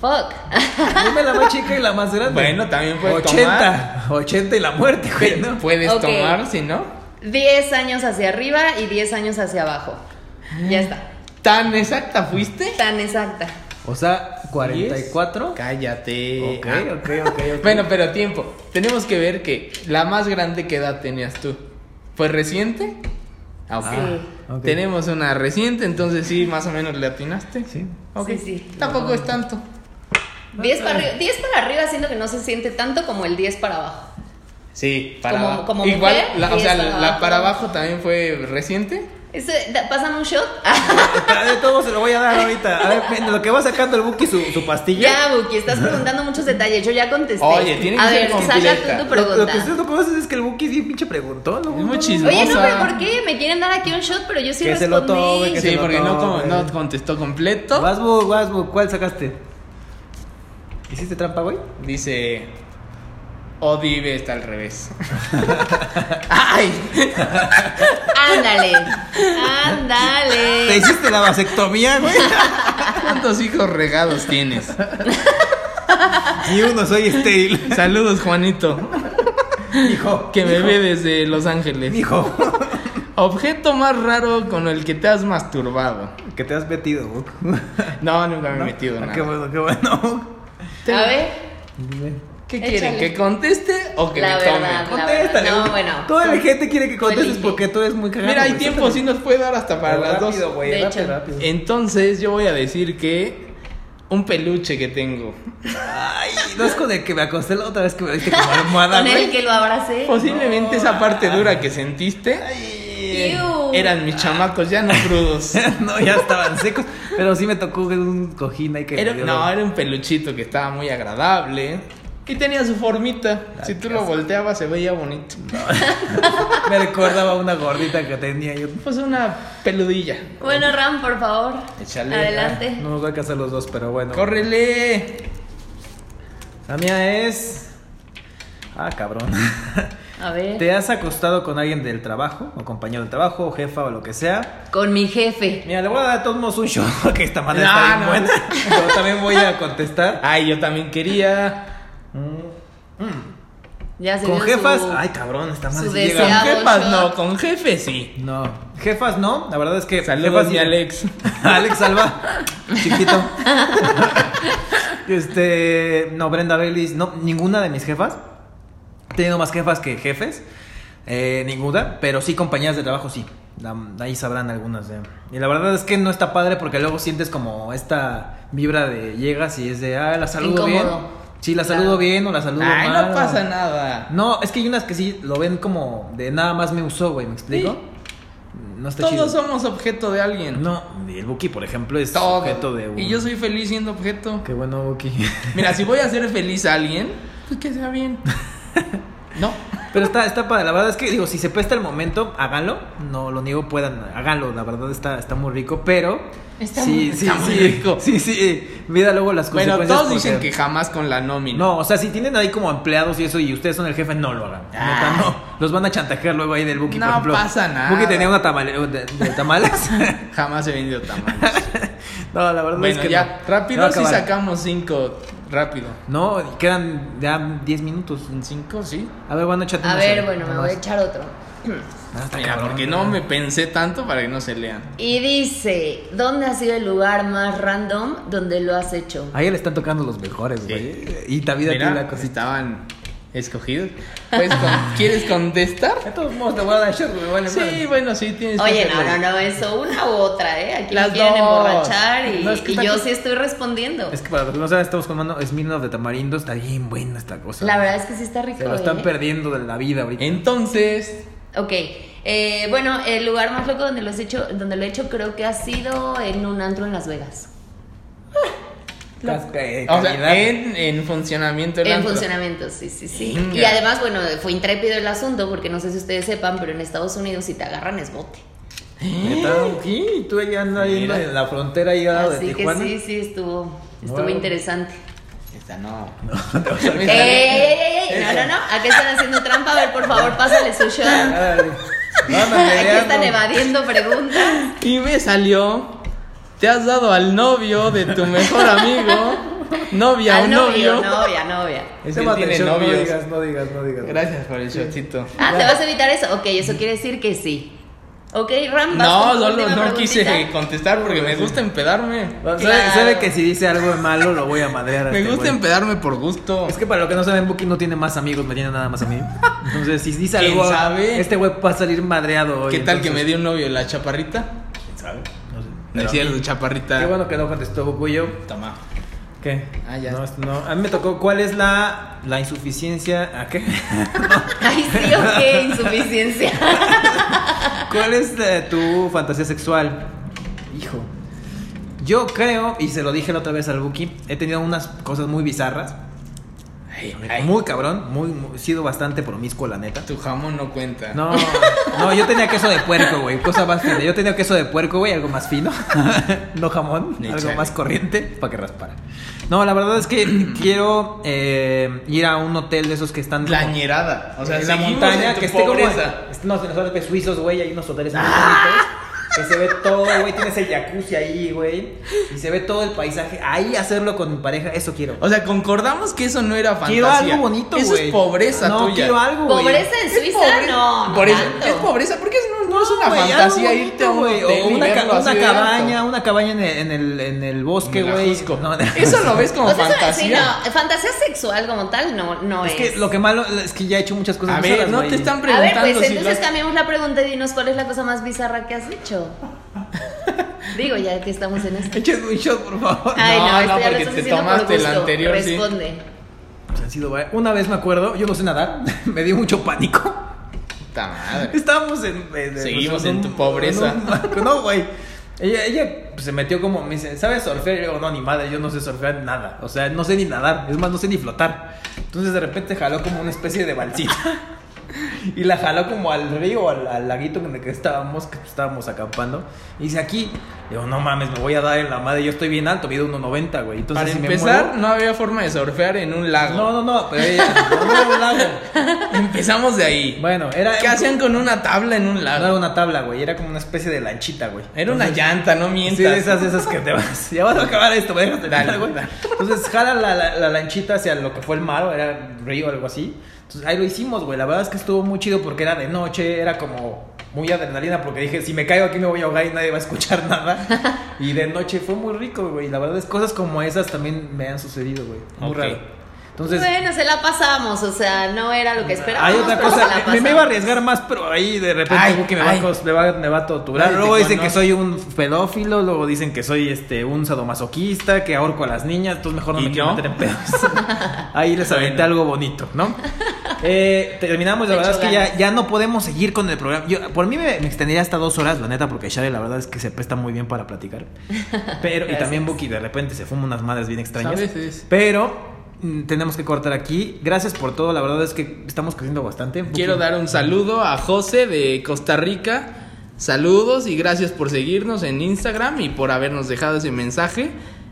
Speaker 3: Fuck. [LAUGHS]
Speaker 1: Dime la más chica y la más grande.
Speaker 2: Bueno, también puedes Pues,
Speaker 1: 80, 80 y la muerte, güey, ¿no?
Speaker 2: [LAUGHS] Puedes
Speaker 3: Ok.
Speaker 2: tomar, si no.
Speaker 3: 10 años hacia arriba y 10 años hacia abajo. Ya está.
Speaker 2: ¿Tan exacta fuiste?
Speaker 3: Tan exacta.
Speaker 1: O sea, 44.
Speaker 2: Cállate.
Speaker 1: Ok,
Speaker 2: Ah.
Speaker 1: ok, ok, ok.
Speaker 2: Bueno, pero tiempo. Tenemos que ver que la más grande que edad tenías tú. ¿Fue reciente? Ah, ok.
Speaker 3: Sí.
Speaker 1: ok.
Speaker 2: Tenemos una reciente, entonces sí, más o menos le atinaste.
Speaker 1: Sí.
Speaker 2: Ok.
Speaker 3: Sí, sí.
Speaker 2: Tampoco es tanto.
Speaker 3: 10 para, arriba, 10 para arriba, siento que no se siente tanto como el 10 para abajo.
Speaker 2: Sí,
Speaker 3: Como-
Speaker 2: abajo.
Speaker 3: como
Speaker 2: Igual,
Speaker 3: mujer,
Speaker 2: la- o
Speaker 3: sí,
Speaker 2: sea,
Speaker 3: es para
Speaker 2: la,
Speaker 3: abajo.
Speaker 2: para abajo también fue reciente.
Speaker 3: Ese, da- pásame un shot. Ah,
Speaker 1: Espera, de todo se lo voy a dar ahorita. A ver, ven, lo que va sacando el Buki su, su pastilla.
Speaker 3: ya, Buki, estás preguntando muchos detalles. Yo ya contesté.
Speaker 2: Oye, tiene que
Speaker 3: A
Speaker 2: ser
Speaker 3: ver,
Speaker 2: completa.
Speaker 3: saca
Speaker 1: Lo,
Speaker 3: tú tu
Speaker 1: lo que
Speaker 3: pregunta.
Speaker 1: ustedes no conocen es que el Buki es bien pinche preguntón. ¿no?
Speaker 2: Es muy chismoso.
Speaker 3: Oye, no,
Speaker 2: hermosa.
Speaker 3: pero ¿por qué? Me quieren dar aquí un shot, pero yo sí
Speaker 1: Que se lo
Speaker 3: respondí.
Speaker 1: tome, que se-
Speaker 2: Sí,
Speaker 1: lo
Speaker 2: porque no,
Speaker 1: tome.
Speaker 2: como- no contestó completo.
Speaker 1: Wasbu, Wasbu, ¿cuál sacaste? ¿Hiciste trampa, güey?
Speaker 2: Dice. Odive está
Speaker 1: [LAUGHS]
Speaker 2: al revés. [LAUGHS] ¡Ay!
Speaker 3: Ándale.
Speaker 1: ¿Te
Speaker 3: Ándale.
Speaker 1: hiciste la vasectomía, güey?
Speaker 2: ¿Cuántos hijos regados tienes?
Speaker 1: Ni uno, soy estéril.
Speaker 2: Saludos, Juanito,
Speaker 1: Hijo.
Speaker 2: que me ve desde Los Ángeles.
Speaker 1: Hijo. [LAUGHS]
Speaker 2: Objeto más raro con el que te has masturbado.
Speaker 1: Que te has metido, Buk.
Speaker 2: No, nunca me he
Speaker 1: ¿No?
Speaker 2: metido
Speaker 1: Ah, [LAUGHS]
Speaker 2: nada.
Speaker 1: Qué bueno, qué bueno.
Speaker 2: Te-
Speaker 3: A ver.
Speaker 2: ¿Qué quieren?
Speaker 3: échale.
Speaker 2: ¿Que conteste o que me
Speaker 3: La verdad.
Speaker 2: tome?
Speaker 1: Contéstale.
Speaker 3: No,
Speaker 1: güey.
Speaker 3: bueno.
Speaker 1: Toda la gente quiere que
Speaker 3: Tú
Speaker 1: contestes
Speaker 3: elige.
Speaker 1: porque tú eres muy cagado.
Speaker 2: Mira, hay
Speaker 1: güey.
Speaker 2: tiempo, sí nos puede dar hasta para
Speaker 1: Pero
Speaker 2: las dos.
Speaker 1: rápido, güey,
Speaker 3: De
Speaker 1: rápido,
Speaker 3: hecho.
Speaker 1: rápido.
Speaker 2: Entonces, yo voy a decir que. Un peluche que tengo.
Speaker 1: Ay, no es con el que me acosté la otra vez que me viste como almohada,
Speaker 3: Con el
Speaker 1: güey.
Speaker 3: que lo abracé.
Speaker 1: Pues,
Speaker 2: Posiblemente esa parte dura que sentiste.
Speaker 1: eh,
Speaker 3: Iu.
Speaker 2: Eran mis chamacos, ya no crudos.
Speaker 1: [LAUGHS] No, ya estaban secos. Pero sí me tocó un cojín ahí que me
Speaker 2: Era-
Speaker 1: dio-
Speaker 2: no, era un peluchito que estaba muy agradable. Y tenía su formita.
Speaker 1: Ah,
Speaker 2: si tú
Speaker 1: qué
Speaker 2: lo
Speaker 1: asco.
Speaker 2: volteabas, se veía bonito.
Speaker 1: Me recordaba una gordita que tenía yo.
Speaker 2: Pues una peludilla.
Speaker 3: Bueno, Ram, por favor.
Speaker 2: Échale.
Speaker 3: Adelante.
Speaker 1: No nos va a casar los dos, pero bueno.
Speaker 2: ¡Córrele!
Speaker 1: La mía es. Ah, cabrón.
Speaker 3: A ver.
Speaker 1: ¿Te has acostado con alguien del trabajo, o compañero del trabajo, o jefa, o lo que sea?
Speaker 3: Con mi jefe.
Speaker 1: Mira, le voy a dar a todos modos un show [LAUGHS] porque esta madre
Speaker 2: No,
Speaker 1: está bien
Speaker 2: no.
Speaker 1: buena. Pero también voy a contestar.
Speaker 2: Ay, yo también quería.
Speaker 3: Ya [LAUGHS] se
Speaker 1: Con
Speaker 3: dio
Speaker 1: jefas.
Speaker 3: su-
Speaker 1: Ay, cabrón, esta madre
Speaker 3: su
Speaker 1: sí llega.
Speaker 2: Con
Speaker 3: Deseado
Speaker 2: jefas
Speaker 3: shot.
Speaker 2: no, con jefe sí.
Speaker 1: No, jefas no, la verdad es que
Speaker 2: Saludos,
Speaker 1: [LAUGHS] jefas
Speaker 2: mi Alex.
Speaker 1: Alex Salva, chiquito. Este, no, Brenda Bellis, no, ninguna de mis jefas. He tenido más jefas que jefes, eh, ninguna, pero sí compañeras de trabajo, sí. La- ahí sabrán algunas. eh. Y la verdad es que no está padre porque luego sientes como esta vibra de llegas y es de, ah, la saludo bien.
Speaker 3: Incómodo.
Speaker 1: Sí, la
Speaker 3: Claro.
Speaker 1: saludo bien o la saludo
Speaker 2: Ay,
Speaker 1: mal.
Speaker 2: no
Speaker 1: o-
Speaker 2: pasa nada.
Speaker 1: No, es que hay unas que sí lo ven como de nada más me usó, güey, ¿me explico?
Speaker 2: Sí.
Speaker 1: No está
Speaker 2: Todos
Speaker 1: chido.
Speaker 2: somos objeto de alguien.
Speaker 1: No, y el Buki, por ejemplo, es
Speaker 2: Todo.
Speaker 1: objeto de un-
Speaker 2: Y yo soy feliz siendo objeto.
Speaker 1: Qué bueno, Buki. [LAUGHS]
Speaker 2: Mira, si voy a hacer feliz a alguien, pues que
Speaker 1: [LAUGHS]
Speaker 2: sea bien. No.
Speaker 1: Pero está, está padre, la verdad es que digo, si se presta el momento, háganlo. No lo niego, puedan, háganlo, la verdad está, está muy rico, pero
Speaker 3: Está
Speaker 1: sí,
Speaker 3: muy-
Speaker 1: sí,
Speaker 2: está muy
Speaker 1: sí,
Speaker 2: rico.
Speaker 1: Sí, sí, mira luego las
Speaker 2: Bueno,
Speaker 1: consecuencias.
Speaker 2: todos dicen
Speaker 1: porque-
Speaker 2: que jamás con la nómina.
Speaker 1: No, o sea, si tienen ahí como empleados y eso y ustedes son el jefe, no lo hagan.
Speaker 2: Ah.
Speaker 1: Neta, no. Los van a chantajear luego ahí del Buki,
Speaker 2: No
Speaker 1: por ejemplo.
Speaker 2: pasa nada.
Speaker 1: Buki tenía una tamale, de, de tamales. [LAUGHS]
Speaker 2: Jamás he vendido tamales.
Speaker 1: no, la verdad
Speaker 2: bueno,
Speaker 1: es que
Speaker 2: ya.
Speaker 1: no. No va
Speaker 2: Rápido
Speaker 1: a
Speaker 2: si
Speaker 1: acabar.
Speaker 2: sacamos cinco. Rápido.
Speaker 1: No, y quedan ya 10 minutos.
Speaker 2: ¿En cinco? Sí.
Speaker 1: A ver, bueno, échate
Speaker 3: A
Speaker 1: unos
Speaker 3: ver,
Speaker 1: ahí,
Speaker 3: bueno, me
Speaker 1: nomás.
Speaker 3: voy a echar otro.
Speaker 1: Ah, está
Speaker 2: Mira,
Speaker 1: cabrón,
Speaker 2: porque
Speaker 1: mira.
Speaker 2: no me pensé tanto para que no se lean.
Speaker 3: Y dice, ¿dónde ha sido el lugar más random donde lo has hecho?
Speaker 1: Ahí le están tocando los mejores, güey. Y David aquí
Speaker 2: Mira,
Speaker 1: la cosita.
Speaker 2: estaban escogidos.
Speaker 1: [LAUGHS]
Speaker 2: Pues, con- ¿quieres contestar?
Speaker 1: De todos modos te voy a dar shot, güey. Vale,
Speaker 2: Sí, bueno, sí, tienes que
Speaker 3: Oye, no, no,
Speaker 2: hacerlo.
Speaker 3: no, eso una u otra, ¿eh? Aquí me
Speaker 2: Las
Speaker 3: quieren
Speaker 2: dos.
Speaker 3: emborrachar y,
Speaker 1: No, es que
Speaker 3: y
Speaker 1: está
Speaker 3: yo
Speaker 1: aquí-
Speaker 3: sí estoy respondiendo.
Speaker 1: Es que para los que no saben, estamos comiendo Smirnoff de tamarindo. Está bien buena esta cosa.
Speaker 3: La verdad es que sí está rico.
Speaker 1: Se lo están
Speaker 3: ¿eh?
Speaker 1: perdiendo de la vida ahorita.
Speaker 2: Entonces,
Speaker 3: Ok. eh, bueno, el lugar más loco donde lo, he hecho, donde lo he hecho creo que ha sido en un antro en Las Vegas.
Speaker 1: Casca- eh,
Speaker 2: o
Speaker 1: calidad.
Speaker 2: sea, en, en funcionamiento el
Speaker 3: En
Speaker 2: antro.
Speaker 3: funcionamiento, sí, sí, sí.
Speaker 2: Venga.
Speaker 3: Y además, bueno, fue intrépido el asunto, porque no sé si ustedes sepan, pero en Estados Unidos si te agarran es bote.
Speaker 1: Neta, sí, tú ya andas ahí
Speaker 2: Mira.
Speaker 1: en la frontera ahí al lado
Speaker 3: Así
Speaker 1: de
Speaker 3: que
Speaker 1: Tijuana.
Speaker 3: sí, sí, estuvo, estuvo
Speaker 1: Wow.
Speaker 3: interesante.
Speaker 2: Esta no. [LAUGHS]
Speaker 3: ¡Ey, ey, ey, ey! No, no, no, aquí están haciendo trampa, a ver, por favor, pásale su shot.
Speaker 2: Ah,
Speaker 1: Ándale. Vamos,
Speaker 3: [LAUGHS] Aquí están
Speaker 1: peleando.
Speaker 3: evadiendo preguntas.
Speaker 2: Y me salió. Te has dado al novio de tu mejor amigo. Novia o
Speaker 3: Al Ah, novio,
Speaker 2: novio.
Speaker 3: novia, novia.
Speaker 1: Ese
Speaker 2: Él
Speaker 1: va a
Speaker 2: tiene
Speaker 1: atención, no
Speaker 2: novios.
Speaker 1: digas, no digas, no digas.
Speaker 2: Gracias por el shotcito.
Speaker 3: Ah, ¿te vas a evitar eso? Ok, eso quiere decir que sí. Ok, Ram, vas
Speaker 2: No,
Speaker 3: con tu
Speaker 2: solo
Speaker 3: última
Speaker 2: no quise
Speaker 3: preguntita.
Speaker 2: contestar porque
Speaker 1: Pues
Speaker 2: me gusta empedarme.
Speaker 1: Va, Sabe,
Speaker 3: Claro.
Speaker 1: sabe que si dice algo malo lo voy a madrear. a
Speaker 2: Me
Speaker 1: este
Speaker 2: gusta
Speaker 1: güey.
Speaker 2: empedarme por gusto.
Speaker 1: Es que para lo que no saben, Buki no tiene más amigos, me tiene nada más a mí. Entonces, si dice
Speaker 2: ¿Quién
Speaker 1: algo,
Speaker 2: sabe?
Speaker 1: este güey va a salir madreado hoy.
Speaker 2: ¿Qué tal que me
Speaker 1: entonces-
Speaker 2: dio un novio la chaparrita?
Speaker 1: ¿Quién sabe? No sé.
Speaker 2: No es cierto, chaparrita.
Speaker 1: Qué bueno que no contestó Bucuyo.
Speaker 2: Toma.
Speaker 1: ¿Qué?
Speaker 2: Ah, ya.
Speaker 1: No, esto no. A mí me tocó, ¿cuál es la, la insuficiencia? ¿A qué? [LAUGHS]
Speaker 3: Ay,
Speaker 2: [LAUGHS]
Speaker 3: sí, ok, insuficiencia.
Speaker 1: ¿Cuál es eh, tu fantasía sexual? Hijo. Yo creo, y se lo dije la otra vez al Buki, he tenido unas cosas muy bizarras.
Speaker 2: Ay, ay,
Speaker 1: Muy cabrón, muy, muy- he sido bastante promiscuo, la neta.
Speaker 2: Tu jamón no cuenta.
Speaker 1: No, no, yo tenía queso de puerco, güey. Cosa más fina. Yo tenía queso de puerco, güey, algo más fino. [LAUGHS] no jamón,
Speaker 2: Ni
Speaker 1: algo
Speaker 2: chale.
Speaker 1: más corriente para que raspara. No, la verdad es que quiero eh, ir a un hotel de esos que están como-
Speaker 2: Plañerada. O sea,
Speaker 1: en la montaña, que esté como. est- No, en los Alpes suizos, güey, hay unos hoteles muy
Speaker 2: Ah.
Speaker 1: bonitos. Que se ve todo, güey. Tienes el jacuzzi ahí, güey. Y se ve todo el paisaje. Ahí hacerlo con mi pareja, eso quiero.
Speaker 2: O sea, concordamos que eso no era
Speaker 1: Quiero
Speaker 2: fantasía.
Speaker 1: algo bonito, güey.
Speaker 2: Eso es pobreza
Speaker 1: no,
Speaker 2: tuya.
Speaker 1: quiero algo, güey.
Speaker 3: ¿Pobreza en Suiza? No, no
Speaker 2: Por eso,
Speaker 3: tanto.
Speaker 2: es pobreza, porque eso no, no es una
Speaker 1: güey,
Speaker 2: fantasía
Speaker 1: algo
Speaker 2: irte a un
Speaker 1: bonito,
Speaker 2: hotel
Speaker 1: güey, o
Speaker 2: y
Speaker 1: una, ca-
Speaker 2: verlo así
Speaker 1: una
Speaker 2: de
Speaker 1: cabaña,
Speaker 2: alto.
Speaker 1: una cabaña en el, en el, en el bosque,
Speaker 2: En el
Speaker 1: güey.
Speaker 2: ajusco. [LAUGHS]
Speaker 1: No,
Speaker 2: Eso lo ves como
Speaker 3: [LAUGHS] O sea, Pues eso-
Speaker 2: fantasía.
Speaker 3: sí, no, fantasía sexual como tal no, no es.
Speaker 1: es que lo que malo es que ya he hecho muchas cosas.
Speaker 2: a ver,
Speaker 1: bizarras,
Speaker 2: no
Speaker 1: güey.
Speaker 2: te están
Speaker 3: A ver,
Speaker 2: preguntando
Speaker 3: pues
Speaker 2: si
Speaker 3: entonces
Speaker 2: lo-
Speaker 3: cambiamos la pregunta y dinos cuál es la cosa más bizarra que
Speaker 2: [LAUGHS]
Speaker 3: has hecho. Digo, ya que estamos en esto.
Speaker 1: Echen un shot, por favor.
Speaker 3: Ay, no,
Speaker 2: No,
Speaker 3: esto
Speaker 2: no,
Speaker 3: ya lo
Speaker 2: porque
Speaker 3: estás
Speaker 2: te
Speaker 3: haciendo por
Speaker 2: tomaste el
Speaker 3: gusto.
Speaker 2: anterior, sí.
Speaker 3: Responde.
Speaker 1: Pues han sido varias- Una vez me acuerdo, yo no sé
Speaker 2: [LAUGHS]
Speaker 1: nadar, me dio mucho pánico.
Speaker 2: Puta madre.
Speaker 1: [LAUGHS] Estábamos en. en-
Speaker 2: Seguimos en tu pobreza.
Speaker 1: en un barco, no, güey. Ella, ella pues, se metió como. Me dice, ¿sabes surfear? Y yo, no, ni madre, yo no sé surfear nada. O sea, no sé ni nadar. Es más, no sé ni flotar. Entonces, de repente jaló como una especie de balsita. [LAUGHS] Y la jaló como al río, al, al laguito en el que estábamos, que estábamos acampando. Y dice, aquí. Digo, no mames, me voy a dar en la madre. Yo estoy bien alto, mido 1,90, güey. Entonces,
Speaker 2: Para
Speaker 1: si me
Speaker 2: empezar,
Speaker 1: muero-
Speaker 2: no había forma de surfear en un lago.
Speaker 1: No, no, no, pero ella. No, no, lago.
Speaker 2: Empezamos de ahí.
Speaker 1: Bueno, era.
Speaker 2: ¿Qué hacían con una tabla en un
Speaker 1: No era
Speaker 2: lago?
Speaker 1: una tabla, güey, era como una especie de lanchita, güey.
Speaker 2: Era una llanta, no mientas.
Speaker 1: Sí, de esas, de esas que te vas. Ya vas a acabar esto, me dejas terminar,
Speaker 2: Dale,
Speaker 1: güey.
Speaker 2: dale.
Speaker 1: Entonces jala la, la- la lanchita hacia lo que fue el mar, o era río o algo así. Entonces ahí lo hicimos, güey. La verdad es que estuvo muy chido porque era de noche, era como muy adrenalina porque dije, si me caigo aquí me voy a ahogar y nadie va a escuchar [LAUGHS] nada. y de noche fue muy rico, güey. La verdad es cosas como esas también me han sucedido, güey. Muy
Speaker 2: Ok.
Speaker 1: raro. Entonces,
Speaker 3: bueno, se la pasamos, o sea, no era lo que esperábamos.
Speaker 1: hay otra
Speaker 3: pero se la
Speaker 1: cosa, me, me iba a
Speaker 3: pasamos.
Speaker 1: arriesgar más, pero ahí de repente
Speaker 2: Ay,
Speaker 1: como que me va, a
Speaker 2: ay.
Speaker 1: cos- me va- me va a torturar.
Speaker 2: Nadie te
Speaker 1: Luego dicen que
Speaker 2: conoce.
Speaker 1: soy un pedófilo, luego dicen que soy este un sadomasoquista, que ahorco a las niñas, entonces mejor no
Speaker 2: ¿Y
Speaker 1: me quiero
Speaker 2: yo?
Speaker 1: meter en
Speaker 3: [LAUGHS]
Speaker 1: pedos. ahí les aventé
Speaker 2: Bueno.
Speaker 1: algo bonito, ¿no? Eh, terminamos, la
Speaker 3: Le
Speaker 1: verdad es
Speaker 3: echó
Speaker 1: que ya,
Speaker 3: ganas.
Speaker 1: ya no podemos seguir con el programa. Yo, por mí me, me extendería hasta dos horas, la neta, porque Shari la verdad es que se presta muy bien para platicar. Pero, y también Buki de repente se fuma unas madres bien extrañas.
Speaker 2: A veces.
Speaker 1: Pero mm, tenemos que cortar aquí. Gracias por todo. La verdad es que estamos creciendo bastante.
Speaker 2: Quiero dar un saludo a José de Costa Rica. Saludos y gracias por seguirnos en Instagram y por habernos dejado ese mensaje.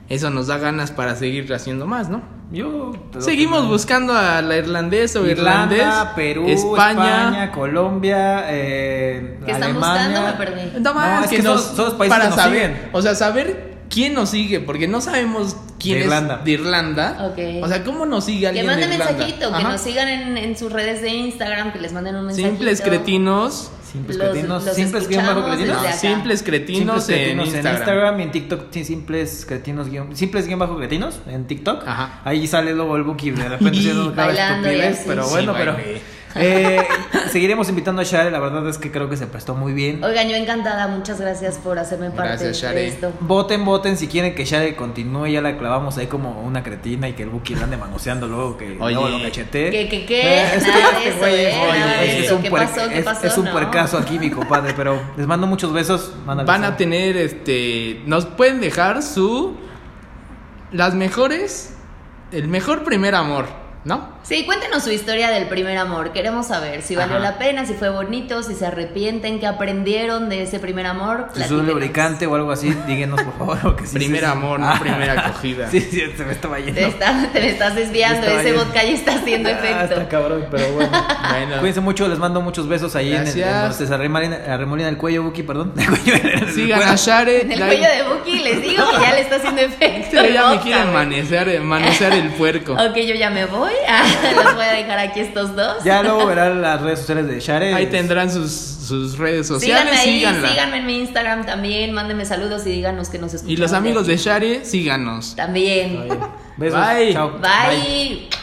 Speaker 2: Eso nos da ganas para seguir haciendo más, ¿no?
Speaker 1: Yo te doy
Speaker 2: Seguimos
Speaker 1: opinión.
Speaker 2: buscando a la irlandesa o
Speaker 1: Irlanda,
Speaker 2: irlandés,
Speaker 1: Perú, España,
Speaker 2: España.
Speaker 1: Colombia, eh,
Speaker 3: ¿Qué están
Speaker 1: Alemania.
Speaker 3: buscando? Me perdí.
Speaker 2: No más,
Speaker 1: No, es
Speaker 2: que
Speaker 1: que
Speaker 2: nos-
Speaker 1: son- son los países
Speaker 2: para
Speaker 1: que nos
Speaker 2: saber,
Speaker 1: siguen.
Speaker 2: o sea, saber quién nos sigue, porque no sabemos quién
Speaker 1: De
Speaker 2: es
Speaker 1: Irlanda.
Speaker 2: de Irlanda.
Speaker 3: Ok.
Speaker 2: O sea, cómo nos sigue
Speaker 3: Que
Speaker 2: alguien de
Speaker 3: manden
Speaker 2: Irlanda?
Speaker 3: mensajito, que
Speaker 2: Ajá.
Speaker 3: nos sigan en, en sus redes de Instagram, que les manden un mensajito.
Speaker 2: Simples cretinos.
Speaker 1: Simples
Speaker 3: Los-
Speaker 1: cretinos,
Speaker 3: los
Speaker 1: simples guión bajo
Speaker 3: escuchamos
Speaker 1: cretinos.
Speaker 3: desde acá.
Speaker 2: Simples cretinos,
Speaker 1: Simples cretinos
Speaker 2: en, Instagram.
Speaker 1: y en TikTok sí, simples cretinos guión, simples guión bajo cretinos en TikTok.
Speaker 2: Ajá.
Speaker 1: Ahí sale luego el Buki de repente haciendo cada
Speaker 3: Bailando [LAUGHS] y
Speaker 1: estupidez,
Speaker 3: así.
Speaker 1: pero
Speaker 2: Sí,
Speaker 1: bueno, pero
Speaker 2: bailé.
Speaker 1: eh, seguiremos invitando a Share, la verdad es que creo que se prestó muy bien.
Speaker 3: Oigan, yo encantada, muchas gracias por hacerme parte
Speaker 2: Gracias, Share.
Speaker 3: de esto.
Speaker 1: Voten, voten si quieren que Share continúe, ya la clavamos ahí como una cretina y que el Buki la ande manoseando luego que
Speaker 2: Oye.
Speaker 1: luego lo cachete.
Speaker 3: ¿Qué, qué, qué?
Speaker 1: Eh, es que
Speaker 3: Nada
Speaker 1: este
Speaker 3: de eso,
Speaker 1: güey
Speaker 3: ¿eh?
Speaker 1: es-
Speaker 3: Nada
Speaker 1: oye,
Speaker 3: de
Speaker 1: es
Speaker 3: eso.
Speaker 1: un
Speaker 3: ¿Qué
Speaker 1: puerca-
Speaker 3: pasó? ¿Qué
Speaker 1: es-
Speaker 3: pasó?
Speaker 1: Es un
Speaker 3: No.
Speaker 1: puercazo aquí, mi compadre, pero les mando muchos besos. Van a,
Speaker 2: Van a
Speaker 1: besar.
Speaker 2: tener este. Nos pueden dejar su. Las mejores. El mejor primer amor, ¿no?
Speaker 3: Sí, cuéntenos su historia del primer amor. Queremos saber si valió
Speaker 2: Ajá.
Speaker 3: la pena, si fue bonito, si se arrepienten, qué aprendieron de ese primer
Speaker 1: Si es
Speaker 3: amor.
Speaker 1: un
Speaker 3: Platíquenos.
Speaker 1: lubricante o algo así, díganos por favor. porque sí,
Speaker 2: Primer
Speaker 1: sí, sí.
Speaker 2: amor, no
Speaker 1: Ah,
Speaker 2: primera
Speaker 1: [LAUGHS]
Speaker 2: acogida.
Speaker 1: Sí, sí, se me estaba yendo.
Speaker 3: Te, está- te le estás desviando,
Speaker 1: Está
Speaker 3: ese
Speaker 1: bien.
Speaker 3: vodka ya
Speaker 1: [LAUGHS]
Speaker 3: está haciendo
Speaker 1: Ah,
Speaker 3: efecto.
Speaker 1: está cabrón, pero
Speaker 2: [LAUGHS]
Speaker 1: bueno.
Speaker 2: Bueno.
Speaker 1: Cuídense mucho, les mando muchos besos ahí en el- en,
Speaker 2: Gracias.
Speaker 1: los- se arremolina, arremolina el cuello, Buki, perdón. [LAUGHS] El cuello, en el
Speaker 2: Sigan
Speaker 1: cuello.
Speaker 2: a Share.
Speaker 3: En el
Speaker 2: la-
Speaker 3: cuello de Buki les digo que ya le está haciendo efecto.
Speaker 2: Pero [LAUGHS] ya
Speaker 3: el
Speaker 2: me
Speaker 3: vodka,
Speaker 2: quiere
Speaker 3: güey.
Speaker 2: amanecer, amanecer el puerco.
Speaker 3: Ok, yo ya me voy. [LAUGHS] Ah, Los voy a dejar aquí estos dos.
Speaker 1: Ya luego verán las redes sociales de Share.
Speaker 2: Ahí tendrán sus, sus redes
Speaker 3: síganme
Speaker 2: sociales,
Speaker 3: ahí,
Speaker 2: síganla.
Speaker 3: síganme en mi Instagram también. Mándenme saludos y díganos que nos escuchan.
Speaker 2: Y los amigos de Share, síganos.
Speaker 3: También.
Speaker 1: Besos.
Speaker 2: Bye.
Speaker 1: Chao.
Speaker 3: Bye.